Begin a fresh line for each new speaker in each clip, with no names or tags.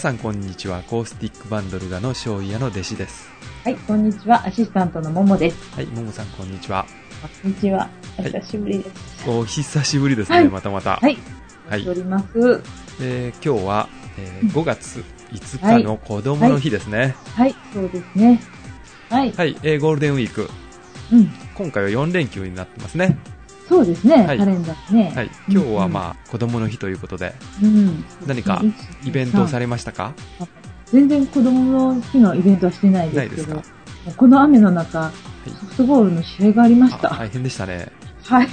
さんこんにちは。コースティックバンドルガの庄屋の弟子です。
はい、こんにちは。アシスタントのももです。
はい、ももさんこんにちは。
こんにちは。お
い
久しぶりです。
お久しぶりですね、
はい
またまた。
はい、
はい
しております。は
えー今日は、えー5月5日の子供の日ですね。
い、そうですね。はい、
はい、えーゴールデンウィーク。
うん、
今回は4連休になってますね。
そうですね。
はい
カレンダーね。
はい、今日はまあ、子供の日ということで、
うん。
何かイベントをされましたか
全然子供の日のイベントはしてないですけど、
ないで
この雨の中、
い
ソフトボールの試合がありまし
あ
た。はい。
大変でしたね。はい、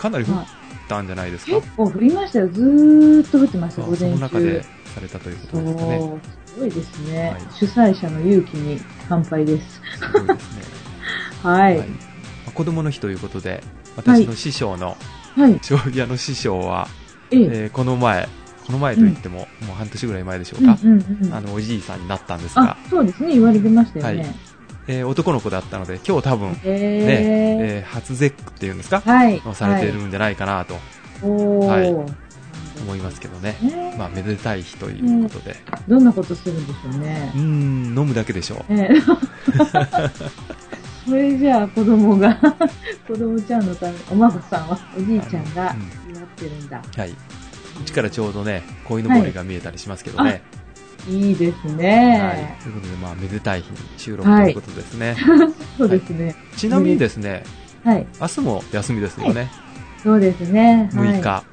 かなり降っ
まあ
たんじゃないですか。
結構降りましたよ。ずーっと降ってました、
まあ
午前中。
その中でされたということですかね。
そうすごいですね、
はい
主催者の勇気に乾杯です。
すごいですね。
はい。
は
はいい。
まあ子供の日ということで、私の師匠の、将棋屋の師匠は、
ええ。
えーこの前、この前といっても、もう半年ぐらい前でしょうか、
うんうんうん、
あの、おじいさんになったんですが
あ、、そうですね、言われてましたよね。
はいえー男の子だったので、今日多分、ね、
え
えー初絶句っていうんですか、
ー、はい。
をされて
はい、
るんじゃないかなと
おー
はい思いますけどね。
ね
まあ、めでたい日ということで。
どんなことするんでしょうね
うー。ん、飲むだけでしょう。
ねそれじゃあ子供が、 子供ちゃんのため、お孫さんは、おじいちゃんが
あの
祝ってるんだ。
はい。うちからちょうどね、鯉のぼりが見えたりしますけどね。
いいです
はい。
ね。
ということで、まあ、めでたい日に収録ということですね。
そうですね。
ちなみにです ね、
はい。
明日も休みですよね。
そうですね。はい
6。日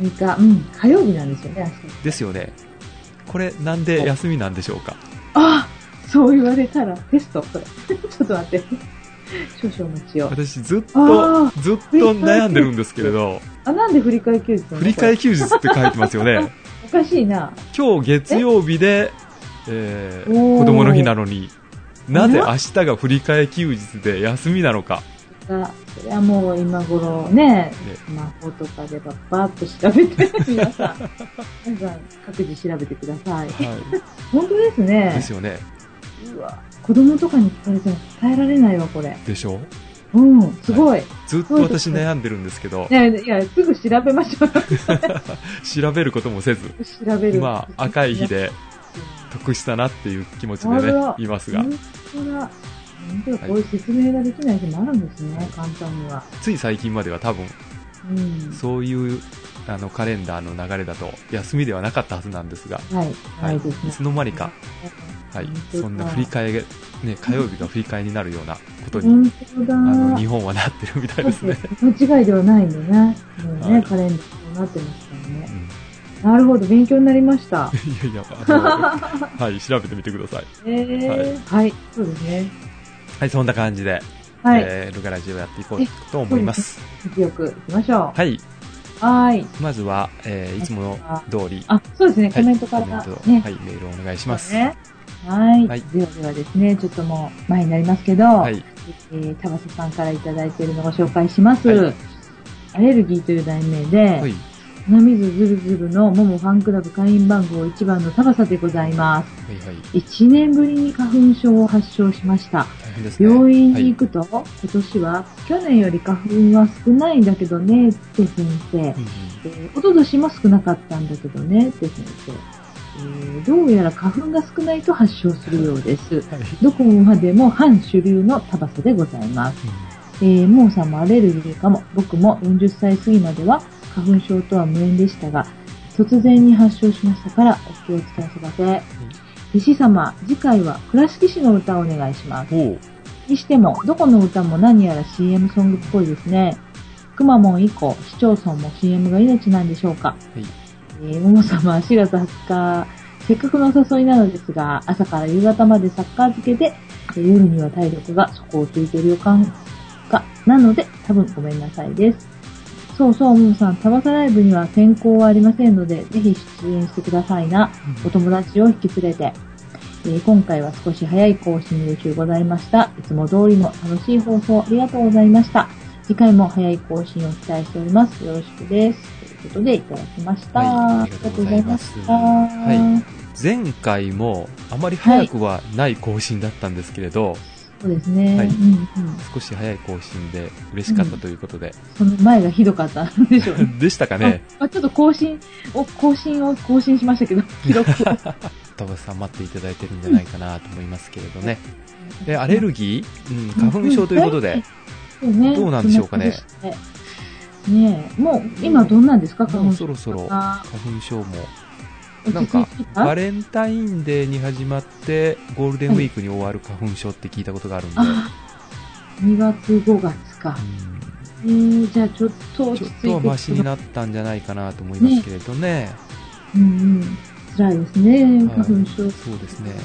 6日。うん。火曜日なんですよね、明日。
ですよね。これなんで休みなんでしょうか。
あそう言われたらテスト、 これ。ちょっと待って。少々お待ちを。
私ずっと
あ、
ずっと悩んでるんですけれど、
あ、なんで振り替え休日なの
振り替え休日って書いてますよね。
おかしいな。
今日月曜日で、えー
おー
子供の日なのに、なぜ明日が振り替え休日で休みなのか。
が、それはもう今頃ね、
ね
スマホとかでばばーっと調 べて、皆さん、皆さん各自調べてください。
は
本当です
い。で
ね
す。よね。
うわ、子供とかに聞かれても伝えられないわ、これ。
でしょう
うん、すごい。
ずっと私悩んでるんですけど
い、や、いや、すぐ調べましょう。
調べることもせず、
調べる。
まあ赤い日。で得したなっていう気持ちで
あ
ね
ら、
いますが
本、当だ。本当だ、こういう説明ができない日もあるんですね、簡単には。
つい最近までは多分
うん。
そういうあのカレンダーの流れだと休みではなかったはずなんですが、
はい、
は、
ないい
い
ですね。
つの間にか、はい
本、当だ
そんな振り替えが、ね、火曜日が振り替えになるようなことに、
本当だ。
あの日本はなってるみたいですね。
間違いではないんだね。もうね、
はい
カレンダーそうなってますから
う
ね。
ん
なるほど、勉強になり ました。
いやいや、あの はい、調べてみてください。
えー、
は
はいい、そうですね。
はい、そんな感じで、
はい、
えールガラジオやっていこうと思います。
よく行きましょう。
はい、
はーい。
まずは、えーいつもの通り、
あ、そうですね、
は
コ
い
メントから、
コメント
ね。
はい、メールをお願いします。
ねはい、
はい
ではではですね、ちょっともう前になりますけど、
はい、
えー、田畑さんからいただいているのをご紹介します。
はい
アレルギーという題名で、
はい、
花水ずるずるのももファンクラブ会員番号1番の田畑でございます。
はい、はい、
1年ぶりに花粉症を発症しました。
大変ですね。
病院に行くと、今年は去年より花粉は少ないんだけどねって先生、え
はいうん
ー、おととしも少なかったんだけどねって先生、えーどうやら花粉が少ないと発症するようです。
うんはい
どこまでも反主流のタバサでございます。えー、モーさんもアレルギーかも、僕も40歳過ぎまでは花粉症とは無縁でしたが、突然に発症しましたからお気をつけください。弟子様、次回は倉敷市の歌をお願いします。
うんおう
にしても、どこの歌も何やら CM ソングっぽいですね。くまモン以降、市町村も CM が命なんでしょうか。
い
えー、もも様、4月20日、せっかくのお誘いなのですが、朝から夕方までサッカー漬けで、えー夜には体力が底をついている予感が、なので、多分ごめんなさいです。そうそう、ももさん、タバサライブには先行はありませんので、ぜひ出演してくださいな。お友達を引き連れて、えー今回は少し早い更新で中ございました。いつも通りの楽しい放送ありがとうございました。次回も早い更新を期待しております。よろしくです。ということでいただきました。
はいありがとうございます
ありがとうございました
は前回もあまり早くはない更新だったんですけれど、
そうですね、
はい
うんうん。
少し早い更新で嬉しかったということで、
その前がひどかったんでしょうね。
でしたかね、
まあ、ちょっと更新を、更新を更新しましたけど、記録を。
多分さん待っていただいてるんじゃないかなと思いますけれどね。で、アレルギー、うん、花粉症ということで、
そうね
どうなんでしょうかね。
そんなことしてねえ、もう今どんなんですか、花
もう
粉症
そろそろ花
あ
粉症も、
落
なん
ち着い
か
てき、た
バレンタインデーに始まって、ゴールデンウィークに終わる花粉症って聞いたことがあるんで、
あ2月5月か。えー、じゃあちょっと
うん
落
ちょ
ち
っ
着いてきて
とはマシになったんじゃないかなと思いますけれどね。
うんうん。辛いですね、
はい
花粉症。
そうですね。
ね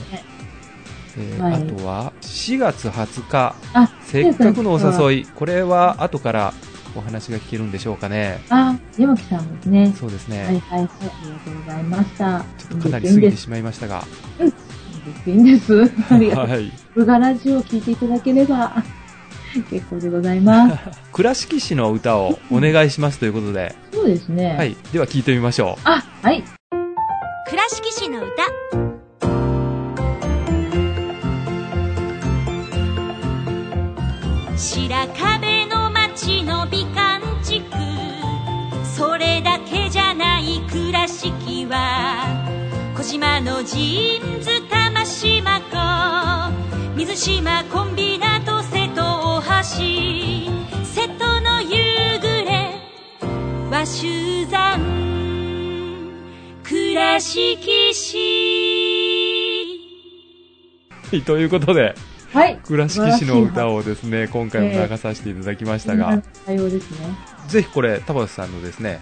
えー
はい
あとは、4月20日、
あ、
せっかくのお誘い、これは後からお話が聞けるんでしょうかね。
あ、山木さんですね。
そうです
はい
ね。
はいはい、ありがとうございました。
ちょっとかなり過ぎて
す。
しまいましたが、
いいんです。いいんですありがとう。
はい。
ブガラジオを聞いていただければ、 結構でございます。
倉敷市の歌をお願いしますということで、
そうですね。
は。い。では聞いてみましょう。
あ、はい。
倉敷市の歌白壁の町の美観地区それだけじゃない倉敷は小島のジーンズ玉島湖水島コンビナート瀬戸大橋瀬戸の夕暮れ和酒山倉敷市
はいということで、
はい。
倉敷市の歌
を。
をですね、今回も流させていただきましたが、
対応ですね。
ぜひこれ、田畑さんのですね、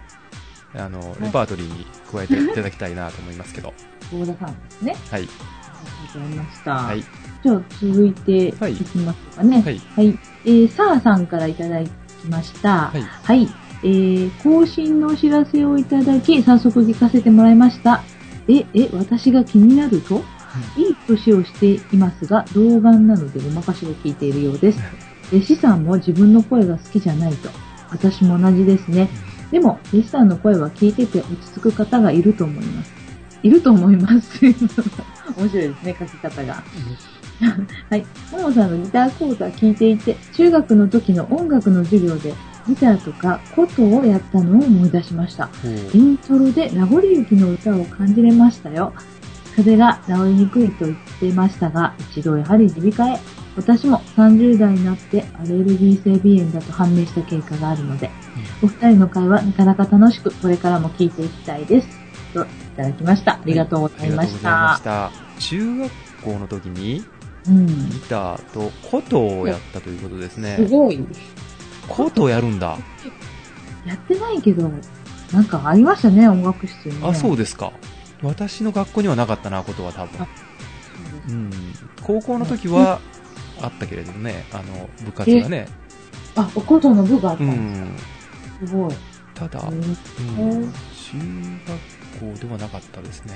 あの、レパートリーに加えていただきたいなと思いますけど、
大田さんですね。
はい。
ありがとうございました。
はい。
じゃあ続いていきますかね。
はい。
はい。えー、サーさんからいただきました。
はい。
はい。えー、更新のお知らせをいただき、早速聞かせてもらいました。え、え、私が気になると、いい年をしていますが、童顔なのでごまかしを聞いているようです。弟子さんも自分の声が好きじゃないと。私も同じですね。でも、弟子さんの声は聞いてて落ち着く方がいると思います。いると思います。 面白いですね、書き方が。はい。ももさんのギター講座聞いていて、中学の時の音楽の授業でギターとか琴をやったのを思い出しました。
ほ
イントロで名残雪の歌を感じれましたよ。風邪が治りにくいと言っていましたが、一度やはり耳鼻科へ。私も30代になってアレルギー性鼻炎だと判明した経過があるので、お二人の会はなかなか楽しく、これからも聞いていきたいです。と、いただきました。ありがとうございました。
ありがとうございました中学校の時に
うん
ギターと琴をやったということです
す
ね。
ごい。
琴をやるんだ。
やってないけど、なんかありましたね、音楽室に、ね。
あ、そう
で
ですか。私の学校にはなかったな、琴は多分
あ。
う
す。
ん。高校の時はあったけれどもね、あの、部活がね。
あ、お琴の部があった
うん
で
ん。
す。すごい。
ただ、
う
うん中
ん
学校ではなかったですね。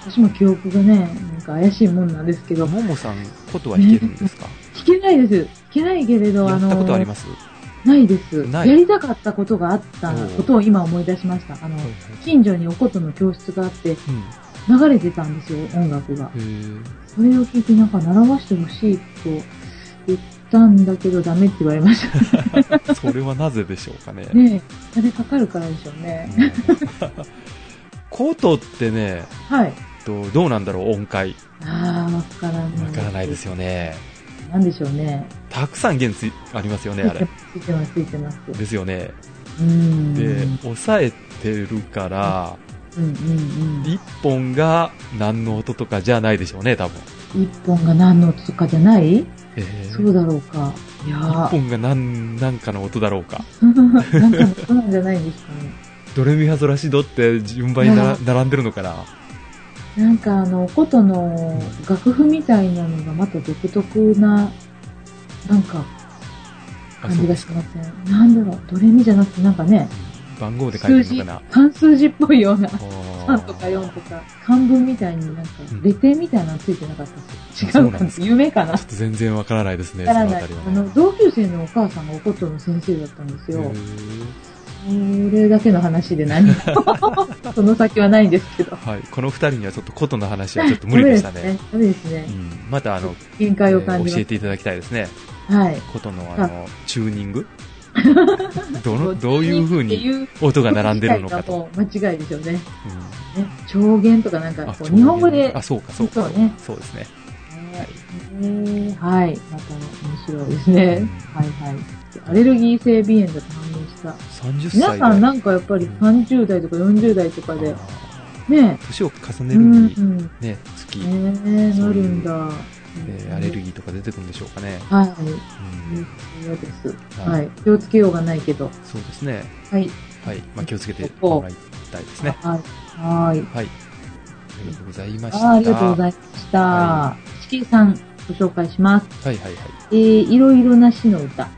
私も記憶がね、なんか怪しいもんなんですけど、
ももさん、琴は弾けるんですか
弾けないです。弾けないけれど、
や
あ
っ
の、
たことあります
ないです。
ない
やりたかったことがあった
おう
ことを今思い出しました。あの、
はいはい
近所にお琴の教室があって、
うん。
流れてたんですよ、音楽が。
へー
それを聞いて、なんか習わしてほしいと言ったんだけど、ダメって言われました。
それはなぜでしょうかね。
ねえ、金かかるからでしょうね。
琴ってね、
はい。
どうどうなんだろう、音階。
ああ、わからない。
わからないですよね。
なんでしょうね。
たくさん弦ついありますよね、あれ。
ついてます、ついてます。
ですよね。
うん。
で、抑えてるから、
うんうん
一本が何の音とかじゃないでしょうね、多分。
うん。一本が何の音とかじゃない
えー
そうだろうか。いや
一
ー、
本が何、なんかの音だろうか。
なんかの音なんじゃないんですかね。
ドレミファソラシドって順番になら並んでるのかな。
なんかあの、琴の楽譜みたいなのがまた独特な、なんか
あ、
感
そう
じ
で
が
す
し
か。
ません。なんだろう、ドレミじゃなくてなんかね、
番号で書
数
いて
字
るのか、
半数字っぽいような。
な。あ
3とか4とか、漢文みたいになんか
うん、
レ点みたいなのついてなかったっけ
あそ
違
う
う
な
か
んで
な
す
夢かな
ちょっと全然わからないですね、
わ
そ
か
の
ら
あ
な
た
い
りは。
あ
ね。
の、同級生のお母さんがお琴の先生だったんです
へ
よ。
ー
それだけの話 で何もその先はないんですけど。
はい、この二人にはちょっと琴の話はちょっと無理でしたね。
ダメですね。ダメです
う
ね。
ん、またあの、
限
え
界を感
ー
じ
教
ま
えていただきたいですね。
す。はい。
琴のあの、チューニングどのどういう風に音が並んでるのかと。
もう間違いでしょうね。ね
うん
長言とかなんか
あ
こう、
そう
日本語で。
あ、そうか、そう
そ
か
うね。
そうですね。
ねはい。また面白いですね。はいはい。アレルギー性鼻炎だと判明した。
30歳
皆さん
で
なんかやっぱり30代とか40代とかで、
あ
ね
ー年を重
え。
ね
う
る
ん、う
に、
ん。ね
ね、月、
え、なるんだ。
えーアレルギーとか出てくるんでしょうかね。
はい。
うん
嫌です。
は
はいい。気をつけようがないけど。
そうですね。
はい。
はい。まあ、気をつけてもらいたいですね。
はい。はい。
はい。ありがとうございました。
あーありがとうござ
い
いました。
は
チキンさん、ご紹介します。
ます。はいはいはい。
えー、いろいろな詩の歌。
はい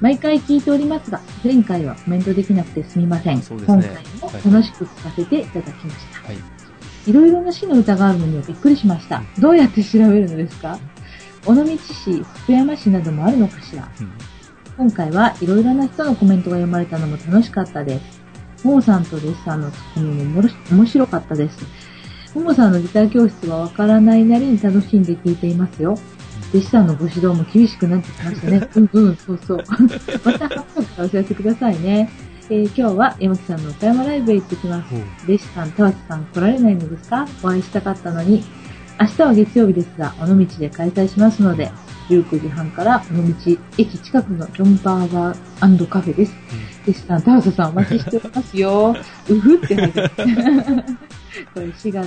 毎回聞いておりますが、前回はコメントできなくてすみません。
そうですね
今
はい
回も楽しく聞かせていただきました。
はい。
いろいろな詩の歌があるのにはびっくりしました。どうやって調べるのですか尾道市、福山市などもあるのかしら
うん
今回はいろいろな人のコメントが読まれたのも楽しかったです。ももさんとレッサーのツッコミももろし面白かったです。ももさんのギター教室はわからないなりに楽しんで聴いていますよ。弟子さんのご指導も厳しくなってきましたね。うんうん、そうそう。また、ハッピーからお知らせくださいね。えー今日は山木さんの岡山ライブへ行ってきます。
うん
弟子さん、田脇さん来られないのですかお会いしたかったのに。明日は月曜日ですが、尾道で開催しますので、19時半から尾道駅近くのジョンバーガーカフェです。弟子さん、田脇さんお待ちしておりま すよ。うふって入って ますこれ4月の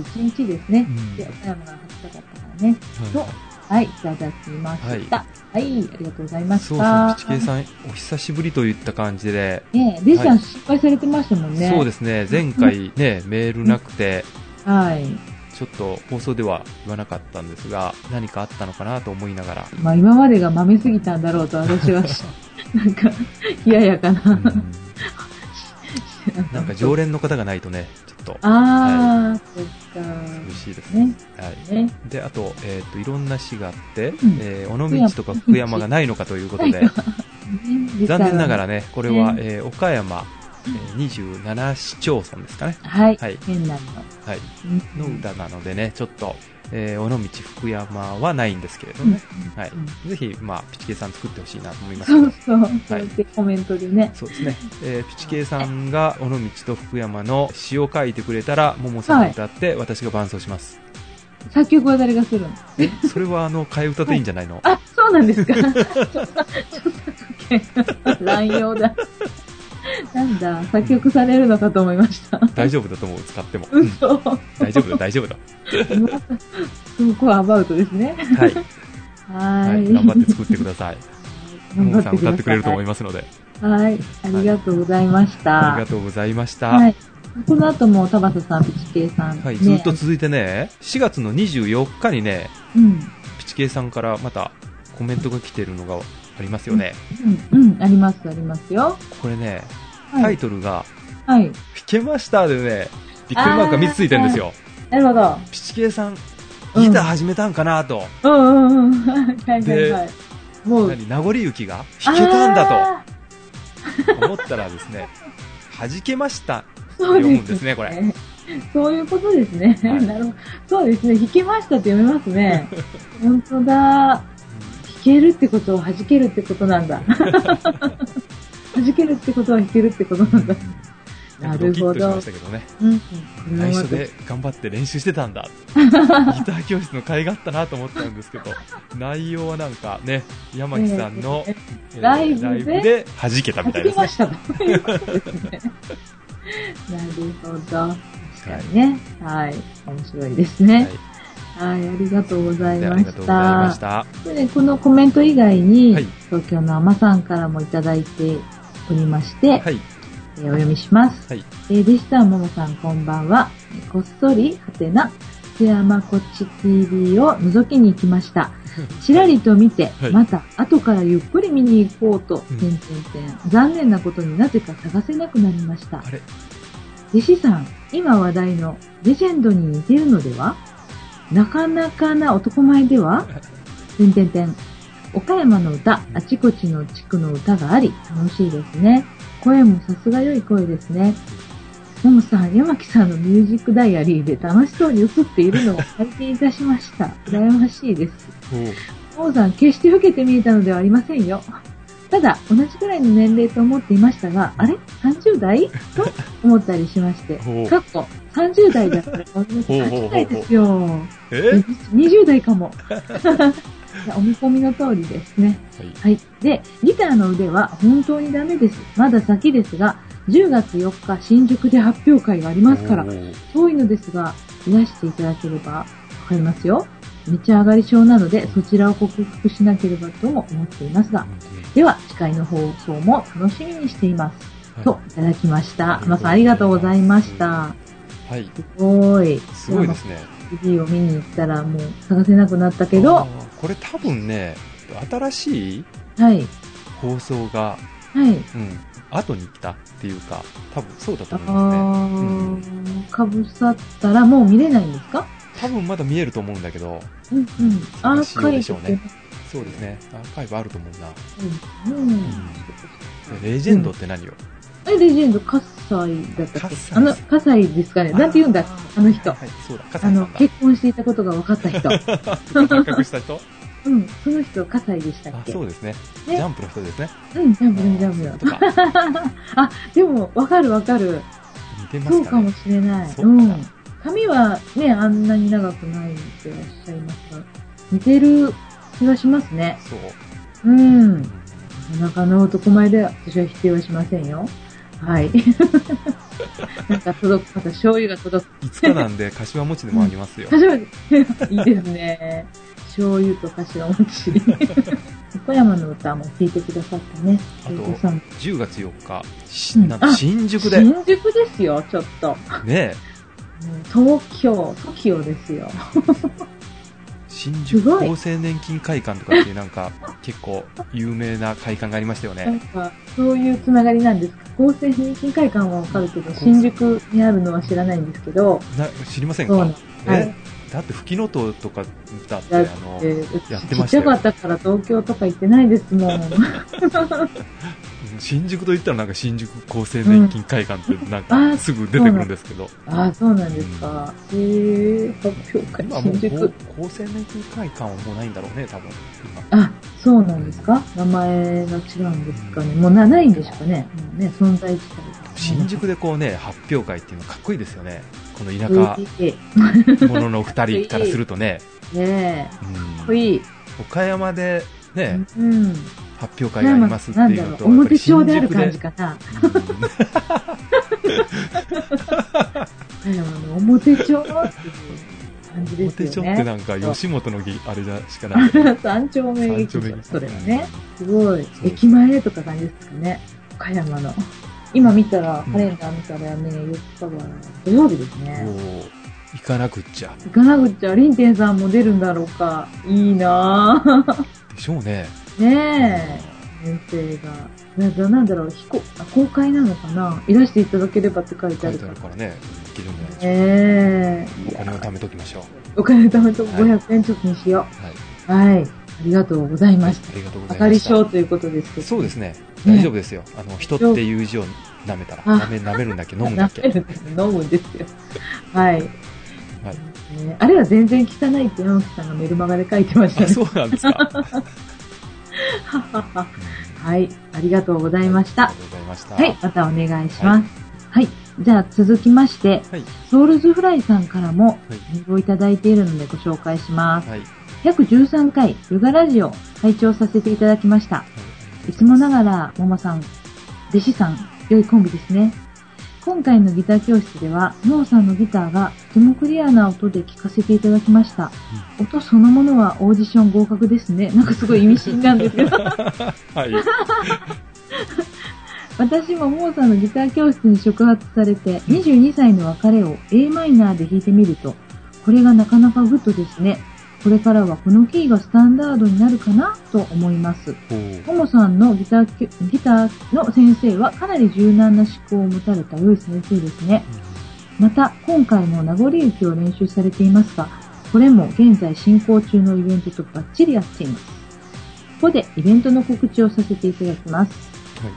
21日ですね。
うん
で、岡山が初だったからね。
は
はい、いただきました。はい、ありがとうございま
い
し
そうそう、
た。
ピチケイさん、お久しぶりといった感じで、
ねえ、デジさ
はい
ん失敗されてましたもんね。。
そうですすね、前回ね、メールなくて、
はい。
ちょっと放送では言わなかったんですが、何かあったのかなと思いながら、
まあ今までが豆すぎたんだろうと私 はし、なんか、冷ややかな。
うんなんか常連の方がないとね、ちょっと
あー、そっか。
寂しいです。
ね。
はい。
ね。
で、あと、えっ、と、いろんな市があって、
ん
えー尾道とか福山がないのかということで、残念ながら
ね。
ね、これは、
ね
えー岡山、えー27市町村ですかね。
はい。
はい
県内
はい。
の。
の歌なのでね、ちょっと、えー尾道福山はないんですけれど
うん。
ね。はい
うん
ぜひ、まあ、ピチケイさん作ってほしいなと思いますけど
そうそう。そうやってコメントでね。
そうですね。えーピチケイさんが尾道と福山の詩を書いてくれたら、ももさんが歌って、私が伴奏します。
作曲は誰がするの
え、それはあの、替え歌でいいんじゃないの、
あ、そうなんですか。ちょっと、乱用だ。なんだ、作曲されるのかと思いました。
大丈夫だと思う、使っても。うん
嘘。
大丈夫だ、大丈夫だ。
すごいアバウトですね。
はい。
は
は
ー
い、
い。
頑張って作ってくだ さい。ももさん歌ってくれると思い
ま
ますので、
す。はい。ありがとうございまし
あり
た
が。とうございました。
はい。この後も、田畑さん、ピチケイさん。
はい、
ね
ずっと続いてね、4月の24日にね、
うん。
ピチケイさんからまたコメントが来てるのがありますよね。
うん、うん、あります、ありますよ。
これね、タ
は
イ
い。
トルが、
はい。
弾けましたでね、びっくりマークが3つついてるんですよ。
なるほど。
ピチケイさん、ギ
うん
ター始めたんかなと、
うんうんうん。はいはいはい。もう、
何名残雪が弾けたんだ
あー
と思ったらですね、弾けました。
そう
読む
で
ん
す
ですねこれ。
そういうことですね。
はい
なるほど。そうですね。弾けましたって読めますね。本当だ。弾けるってことは弾けるってことなんだ。弾けるってことは弾けるってことなんだ。なるほ
ド
ど
キッとしましたけどね。
うん。これは
内
ま
緒
た
で頑張って練習してたんだ ギター教室の会があったなと思ったんですけど内容はなんかね山木さんの、
え
えー
ライブで
で弾けたみたいですね
弾けましたということですね。なるほど。確かにね。はい。面白いですね。はい。ありがとうござ
はいい、であ
ま
りがとう
し
ございま
た
し。た
でねこのコメント以外に、
はい
東京のあまさんからもいただいておりまし
は
て、
い
えーお読みします。
はい
えー、弟子さん、ももさん、こんばんは。えーこっそり、はてな、津山こっち TV を覗きに行きま した。ちらりと見て、
はい
また後からゆっくり見に行こうと、
うん
点々点残念なことになぜか探せなくなりました。
あれ
弟子さん、今話題のレジェンドに似てるのではなかなかな男前ではてんてんてん。岡山の歌、あちこちの地区の歌があり、楽しいですね。声もさすが良い声ですね。ももさん、山木さんのミュージックダイアリーで楽しそうに映っているのを拝見いたしました。羨ましいです。
おう
王さん、決して老けて見えたのではありませんよ。ただ、同じくらいの年齢と思っていましたが、あれ ?30 代と思ったりしまして
ほう、
かっこ、30代だったら、
ほうほうほう
30代ですよ。
え
え20代かも。いやお見込みの通りですね。
はい。
はい。で、ギターの腕は本当にダメです。まだ先ですが、10月4日新宿で発表会がありますから
お、ー
遠いのですが、いらしていただければわかりますよ。道上がり症なので、そちらを克服しなければとも思っていますが
う、んうん
では、次回の放送も楽しみにしています。
はい
と、いただきました。浜さん、ありがとうございました。
はい。
すごい。
すごいですね。
CD を見に行ったら、もう探せなくなったけ
あ
ど、
ーこれ多分ね、新しい
はい。
放送が、
は
う
い。
ん、後に来たっていうか、多分そうだと
あ
思いますね。
ー、かぶさったらもう見れないんですか
多分まだ見えると思うんだけど、
うんうん。ア
楽し
ーカ
い
イ
で
ブ
しょうねそうですね。アーカイブあると思うな。
うんうん
レジェンドって何よ、
え、レジェンド、カッサイだったっ
葛
け
西
あの、カサイですかね。なんて言うんだっけあの人
は。い、そうだ、
あ
笠井さ
の、
んだ。
結婚していたことが分かっ た人。
発覚した人
うん、その人、カサイでした
あ
っ、け
そうですね。ジ
ね
ャンプの人ですね。
うん、ジャンプジャ
あ
ン
ーそう
プ
いうことか
あ、でも、分かる分かる。
似てま
そ
す
う
か
かも
ね。
しれない。。
そううかなん
髪はね、あんなに長くないっていらっしゃいますが、似てる気がしますね。
そう。う
う
ん
ん。なかなかの男前で私は否定はしませんよ。はい。 なんか届く、また醤油が届く。
いつかなんで、柏餅でもありますよ。
初めて、 いいですね。醤油と柏 餅。小山の歌も聴いてくださったね。
あと
お子さん
10月4日、
う
し
ん
なんか
あ
新宿で、ね
新宿ですよ、ちょっと。もう
え、
東京、TOKIO ですよ。
新
す
宿
ごい
厚生年金会館とかっていうなんか、結構有名な会館がありましたよ
な
ね
ん。か、そういうつながりなんですか。厚生年金会館はわかるけど、新宿にあるのは知らないんですけど、
な知りません
そうな
か
の。
え、
はい
だって、吹きのととかだって、あ
だって、
の、やって
ち
ました
っち
よ
ゃかったから東京とか行ってないです もん。
新宿といったらなんか新宿厚生年金会館ってなん
うん
か
あ
すぐ出てくるんですけど、
ああ、そうなんですか。へえ、発表会、
今はもう
新宿。
こう厚生年金会館はもうないんだろうね、多分今。
あ、そうなんですか名前が違うんですかね。もうなないんでしょうかね。もうね、存在自体。
新宿でこうね、発表会っていうのかっこいいですよね。この田
いい。
舎者のお二人からするとね、
ね
うん
え、かっこいい。
岡山でね、
うん。
発表会がありますって
なん
い
だ
う
ろ
の
う、
と、やっぱ
表
り
彰
新
である
宿
感じ
で、
かな。
うん
岡山の表帳っていう感じで
表
すよ
帳っ
ね。
てなんか吉本のぎあれじゃしかない。
三丁目
三
劇
丁目
場
劇
そ
場
れはね。すごい。
そう
駅前とか感じですかね。岡山の。今見たら
う、ん
カレンダー見たらね、4日は土曜日です
も
ね。
う、行かなくっちゃ。
行かなくっちゃ、リンテンさんも出るんだろうか。いいなぁ。
でしょうね。
ねえ。先生が。なななんだろう、非公あ公開なのかないらしていただければって書いて
書
あ
い
る
て
か
あ
ら
る。からね、行けるんじゃないでしょうか。
ねえ。
お金を貯めときましょう。
お金貯めと
はい
500円貯金しよ
はい。
う。はい。ありがとうございました。
ありがとうご
あ
ざ
か
いま
り
した
賞。ということですけど。
そうですね。
ね
大丈夫ですよ。あの、人っていう字を舐めたら、
あ
舐め、舐めるんだっけ、飲むんだっ
舐
け。
める飲むんです よ。はい。
はい
ねあれは全然汚いって山木さんがメルマガで書いてました
あ、
ね。
そうなんですか。うん
はい。ありがとうございまし
あ
た
り。がとうございました。
はい。またお願いします。はい。じゃあ続きまして、
はい。
ソウルズフライさんからも
はい。
メールをいただいているのでご紹介します。
はい。はい。
113回、ヨガラジオ、拝聴させていただきました。いつもながら、ももさん、弟子さん、良いコンビですね。今回のギター教室では、ノーさんのギターがとてもクリアな音で聴かせていただきました。音そのものはオーディション合格ですね。なんかすごい意味深なんですけど。
はい。 はい。
私もモーさんのギター教室に触発されて、22歳の別れを a マイナーで弾いてみると、これがなかなかグッドですね。これからはこのキーがスタンダードになるかなと思います。
ほう
ともさんのギターきゅ、ギターの先生はかなり柔軟な思考を持たれた良い先生ですね。また、今回も名残雪を練習されていますが、これも現在進行中のイベントとバッチリ合っています。ここでイベントの告知をさせていただきます。
は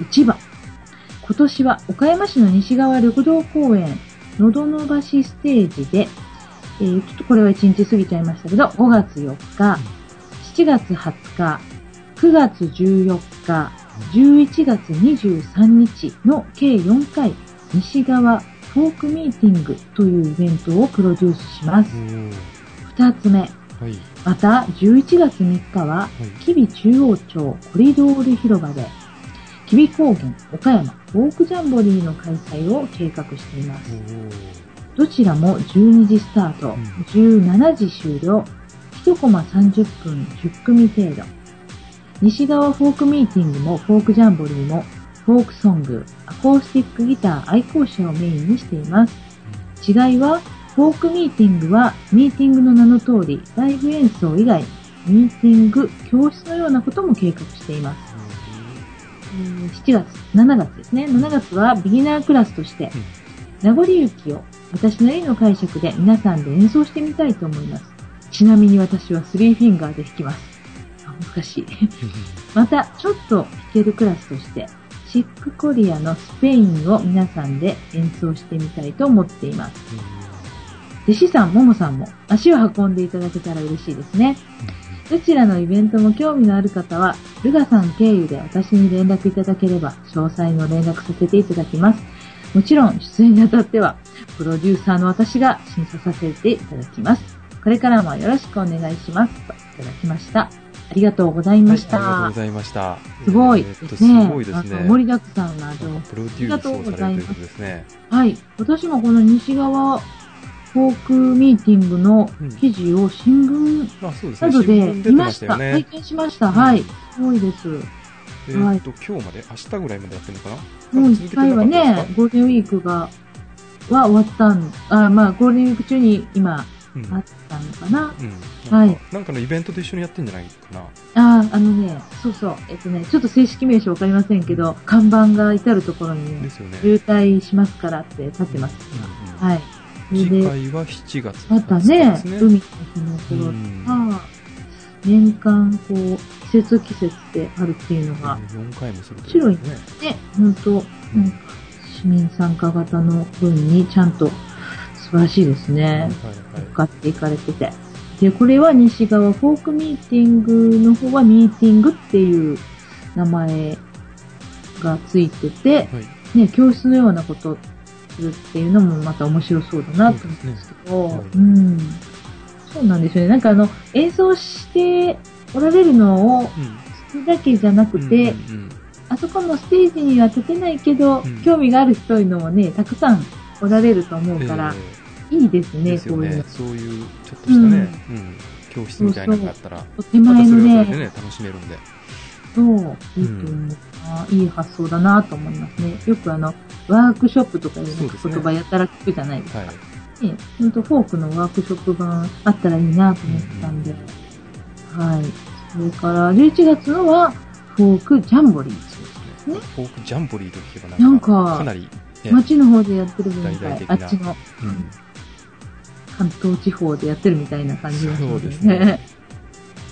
い。
1番。今年は岡山市の西側緑道公園、のどのばしステージで、えーちょっとこれは1日過ぎちゃいましたけど、5月4日、7月20日、 9月14日、11月23日の計4回、西側フォークミーティングというイベントをプロデュースします。2つ目、
はい。
また11月3日は、吉備中央町コリドール広場で、吉備高原岡山フォークジャンボリーの開催を計画しています。どちらも12時スタート、
ん
17時終了、1コマ30分10組程度。西側フォークミーティングもフォークジャンボリーも、フォークソング、アコースティックギター愛好者をメインにしています。違いは、フォークミーティングは、ミーティングの名の通り、ライブ演奏以外、ミーティング、教室のようなことも計画しています。うん7月、7月ですね。7月はビギナークラスとして、名残雪を私なりの解釈で皆さんで演奏してみたいと思います。ちなみに私は3フィンガーで弾きます。あ難しい。 また、ちょっと弾けるクラスとして、シックコリアのスペインを皆さんで演奏してみたいと思っています。弟子さん、ももさんも足を運んでいただけたら嬉しいですね。どちらのイベントも興味のある方は、ルガさん経由で私に連絡いただければ、詳細の連絡させていただきます。もちろん、出演にあたっては、プロデューサーの私が審査させていただきます。これからもよろしくお願いします。といただきました。ありがとうござい
は
ま
い、
し
ありがとう
た
ご。ざいました。
すごい
えーっ
で
と
す
す
ね。
ごいですね。
なんか盛りだくさんな情
なん
報
か。プロデュースをされてるということですね。
はい。私もこの西側フォークミーティングの記事を新聞
あ、そうです
な
ね。
ど
新
で
聞出
見
て
ま
まし
したた。
よ
拝
ね。
見しました。はい。
うん
すごいです。も
え
はい
ーっと、今日まで、明日ぐらいまでやってるのかな
う
なんか続
一
けてな
回
かった
は
ですか
ね、ゴールデンウィークが、は終わったん、あ、まあ、ゴールデンウィーク中に今、
うん
あったのかな。
うん。なん
はい
かなんかのイベントと一緒にやってんじゃないかな。
ああ、あのね、そうそう、えっとね、ちょっと正式名称わかりませんけど、看板が至るところに
で
ね、
すよね。
渋滞しますからって立ってます。
うんうん
はい。それ
次
で、
回は7月
また
20日で
ね
す、ね。
海の日の
う
頃
ん
とか、年間こう、季節季節であるっていうのが、
4回もすると
白い
ね。
ね、本当なんか市民参加型の分にちゃんと素晴らしいです
はいは
ね。
い
向かっていかれてて。で、これは西側フォークミーティングの方はミーティングっていう名前がついてて、
はい。
ね、教室のようなことするっていうのもまた面白そうだなと思うんですけど、
そうです
う
ね
ん。そうなんですよね。なんかあの、演奏しておられるのを
う
聞くだけじゃなく
ん
て、
うんうんうん
あそこもステージには立てないけど、
うん
興味がある人いうのもね、たくさんおられると思うから、
え
いいです
ー
ね、
です
こ
よ
ういうの
ね。。そういう、ちょっとしたね、うん教室みたいなのがあったら、
お手
また
前
そ
の
れは
ね、
それでね、楽しめるんで。
そう、いいと思うな、いい発想だなと思いますね。よくあの、ワークショップとかいう
そうですね
言葉やたら聞くじゃないです
はい。
かね。ほんとフォークのワークショップ版あったらいいなと思ってたんで。はい。それから、11月のは、フォークジャンボリー。
そうですね。フォークジャンボリーと聞けばな
なんん
か、
か
かなり、ね、
街の方でやってるみた
大々
い
的。
あ
な
っちの。
うん
関東地方でやってるみたいな感じがし
そ
ま
う
す
です
ね
ね。。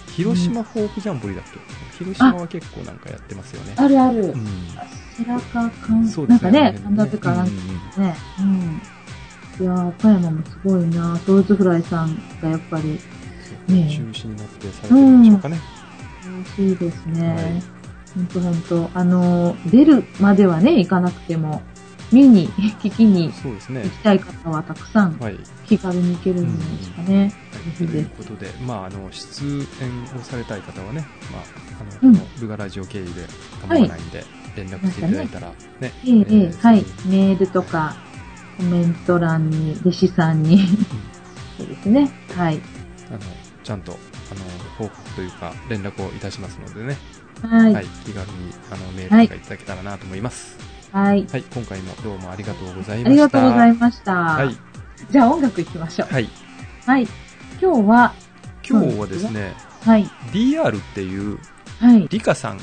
広島フォークジャンボリーだっけ広島は結構なんかやってますよね。
あるある。
う
セラカ関
ん。
西、
そうで
なん
す
か
ね。
ね、
あ
な
の
んだ
辺
と
ね
かなん
う
か
んうんうん
ね。うん。いやー、岡山もすごいなソウルズフライさんがやっぱり、ね
中止になってされてるんでしょうかね。
楽しいです
はい
ね。ほんとほんと。あのー、出るまではね、行かなくても、見に、 聞きに
そうですね
行き。たい方はたくさん
はい。
気軽に行けるんじゃないですかね。
と
ぜひぜ
い
ひ
うことで、まあ、あの出演をされたい方はね、まあ、あの、
うん
このルガラジオ経由で構わないんで、連絡していただいたら、ね。
ええええ、
ー
はい。メールとか、コメント欄に、弟子さんに。 そうですね。はい。
あの、ちゃんと、あの、報告というか、連絡をいたしますのでね。
は。
はいい。
はい。
気軽に、あの、メールとかいただけたらなと思います。はい。今回もどうもありがとうございまし
あ
た。
りがとうござい
ま
ました。
はい。
じゃあ音楽いきましょう。
はい。
はい。今日は、
今日はですね、
はい。
DR っていう、
はい。
リカさん、
うん。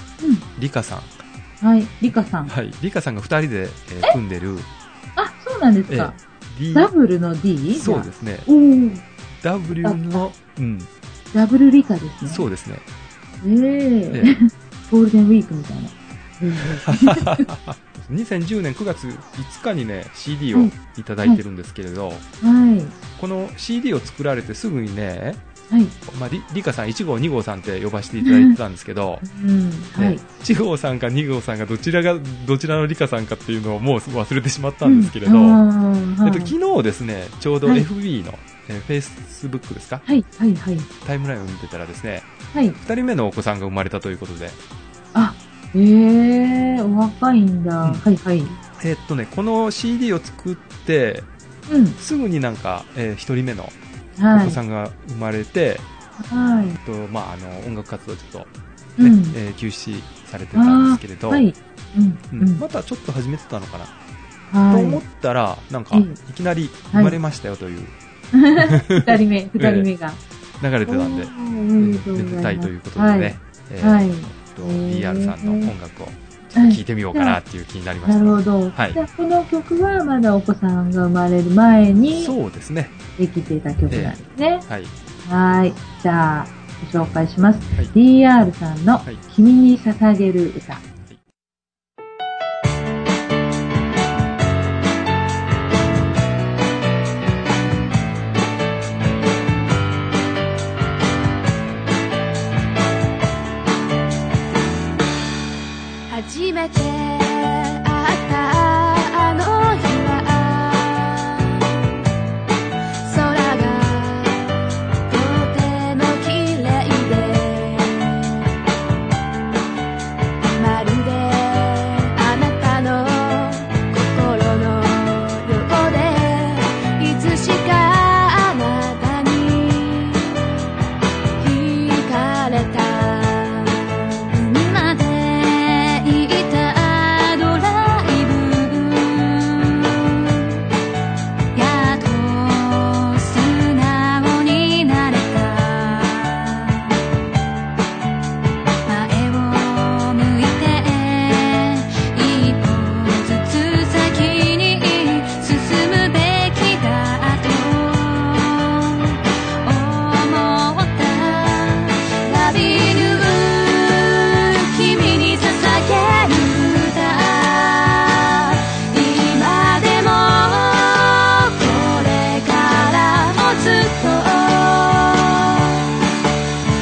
リカさん、
はい。リカさん。
はい、リカさんが二人で、えー組んでる、
あ、そうなんです
え
か。
ー
ダブルの D?
D、そう
じ
で
ゃ
すね
あ。、おー
W の、うん、
ダブルリカですね。。
そううですね。
ええ
えー
ゴールデンウィークみた いな。
2010年9月5日にね、CD をいただいてるんですけれど、
はい。
この CD を作られてすぐにね、
はい。
まあ、りりかさん1号、2号さんって呼ばせていただいてたんですけど、
うん。はい
ね。1号さんか2号さんがどちらがどちらのりかさんかっていうのをもう忘れてしまったんですけれど、
うんあー
えっと、昨日ですねちょうど
はい
FB の、えー、Facebook ですか
はい、はい、はい。
タイムラインを見てたらですね
はい。
2人目のお子さんが生まれたということで、
あ、ええー、お若いんだ。
うん
はい、はい。
えっとね、この CD を作って
うん。
すぐになんか、え1人目のお
はい。
子さんが生まれて、
はい。
えっとまあ、あの音楽活動ちょっと、
う
ね
ん。
えー休止されてたんですけれど、
はい。うん。
う
うんん。
またちょっと始めてたのかな、と思っ
は
たらなんか
う
い
ん
きなり生まれましたよという
い。二 人目、二人目が。
流れてたんで、えー
おー
めでたいということで
は
ね、えー
はい
えっと BR さんの音楽を
はい
聴いてみようかなっていう気になりまし
な
た
る
の
ほど。
はい
じゃあ、この曲はまだお子さんが生まれる前
で
に
そうですね、
できていた曲なんですね。
はい、
はい。じゃあ、ご紹介します。
はい
DR さんの
はい
君に捧げる歌。
初めて会ったあの日は空がとても綺麗でまるであなたの心のようでいつしかあなたに惹かれた今でいたドライブやっと素直になれた前を向いて一歩ずつ先に進むべきだと思った「ラビニュー君に捧げる歌」「今でもこれからもずっと」「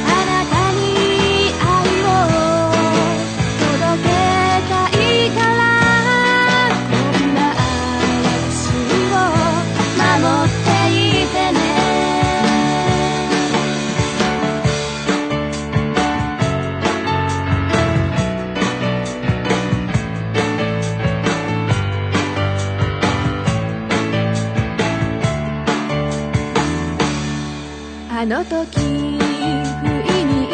あなたに愛を届けたいから」「こんな私を守っていてね」あの時不意に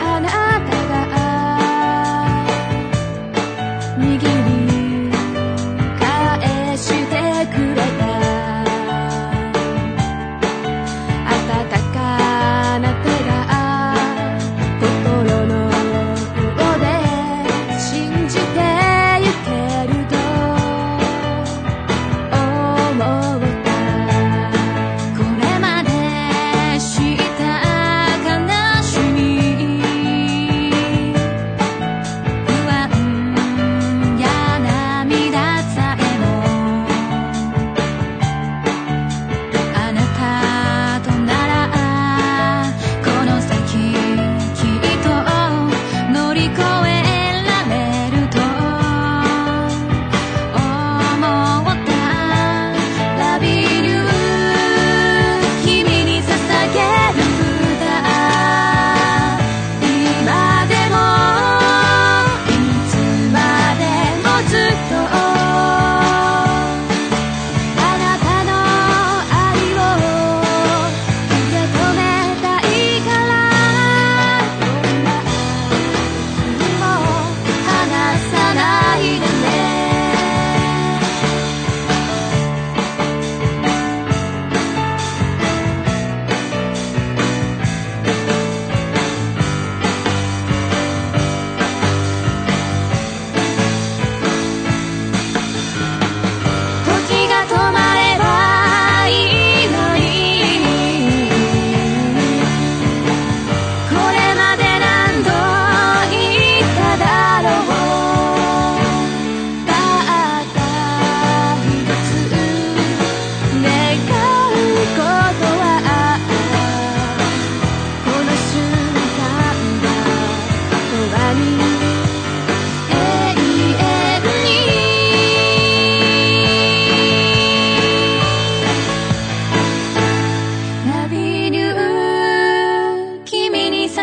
あなたが握り返してくれた暖かな手が心の方で信じてゆけると思ったこれまでした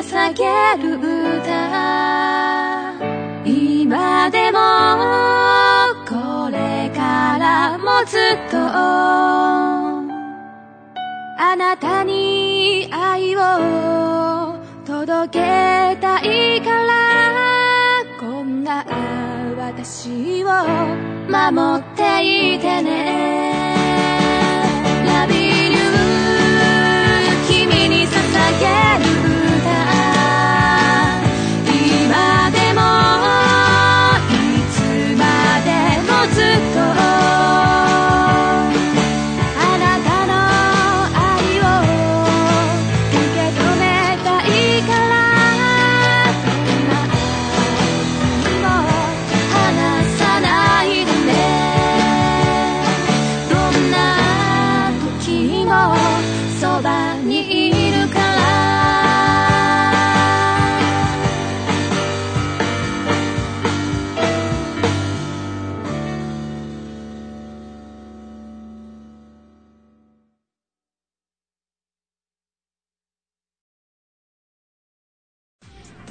捧げる歌今でもこれからもずっとあなたに愛を届けたいからこんな私を守っていてねラビール君に捧げる歌今でもいつまでもずっとあなたの愛を受け止めたいからどんな愛も離さないでねどんな時もそばにいるから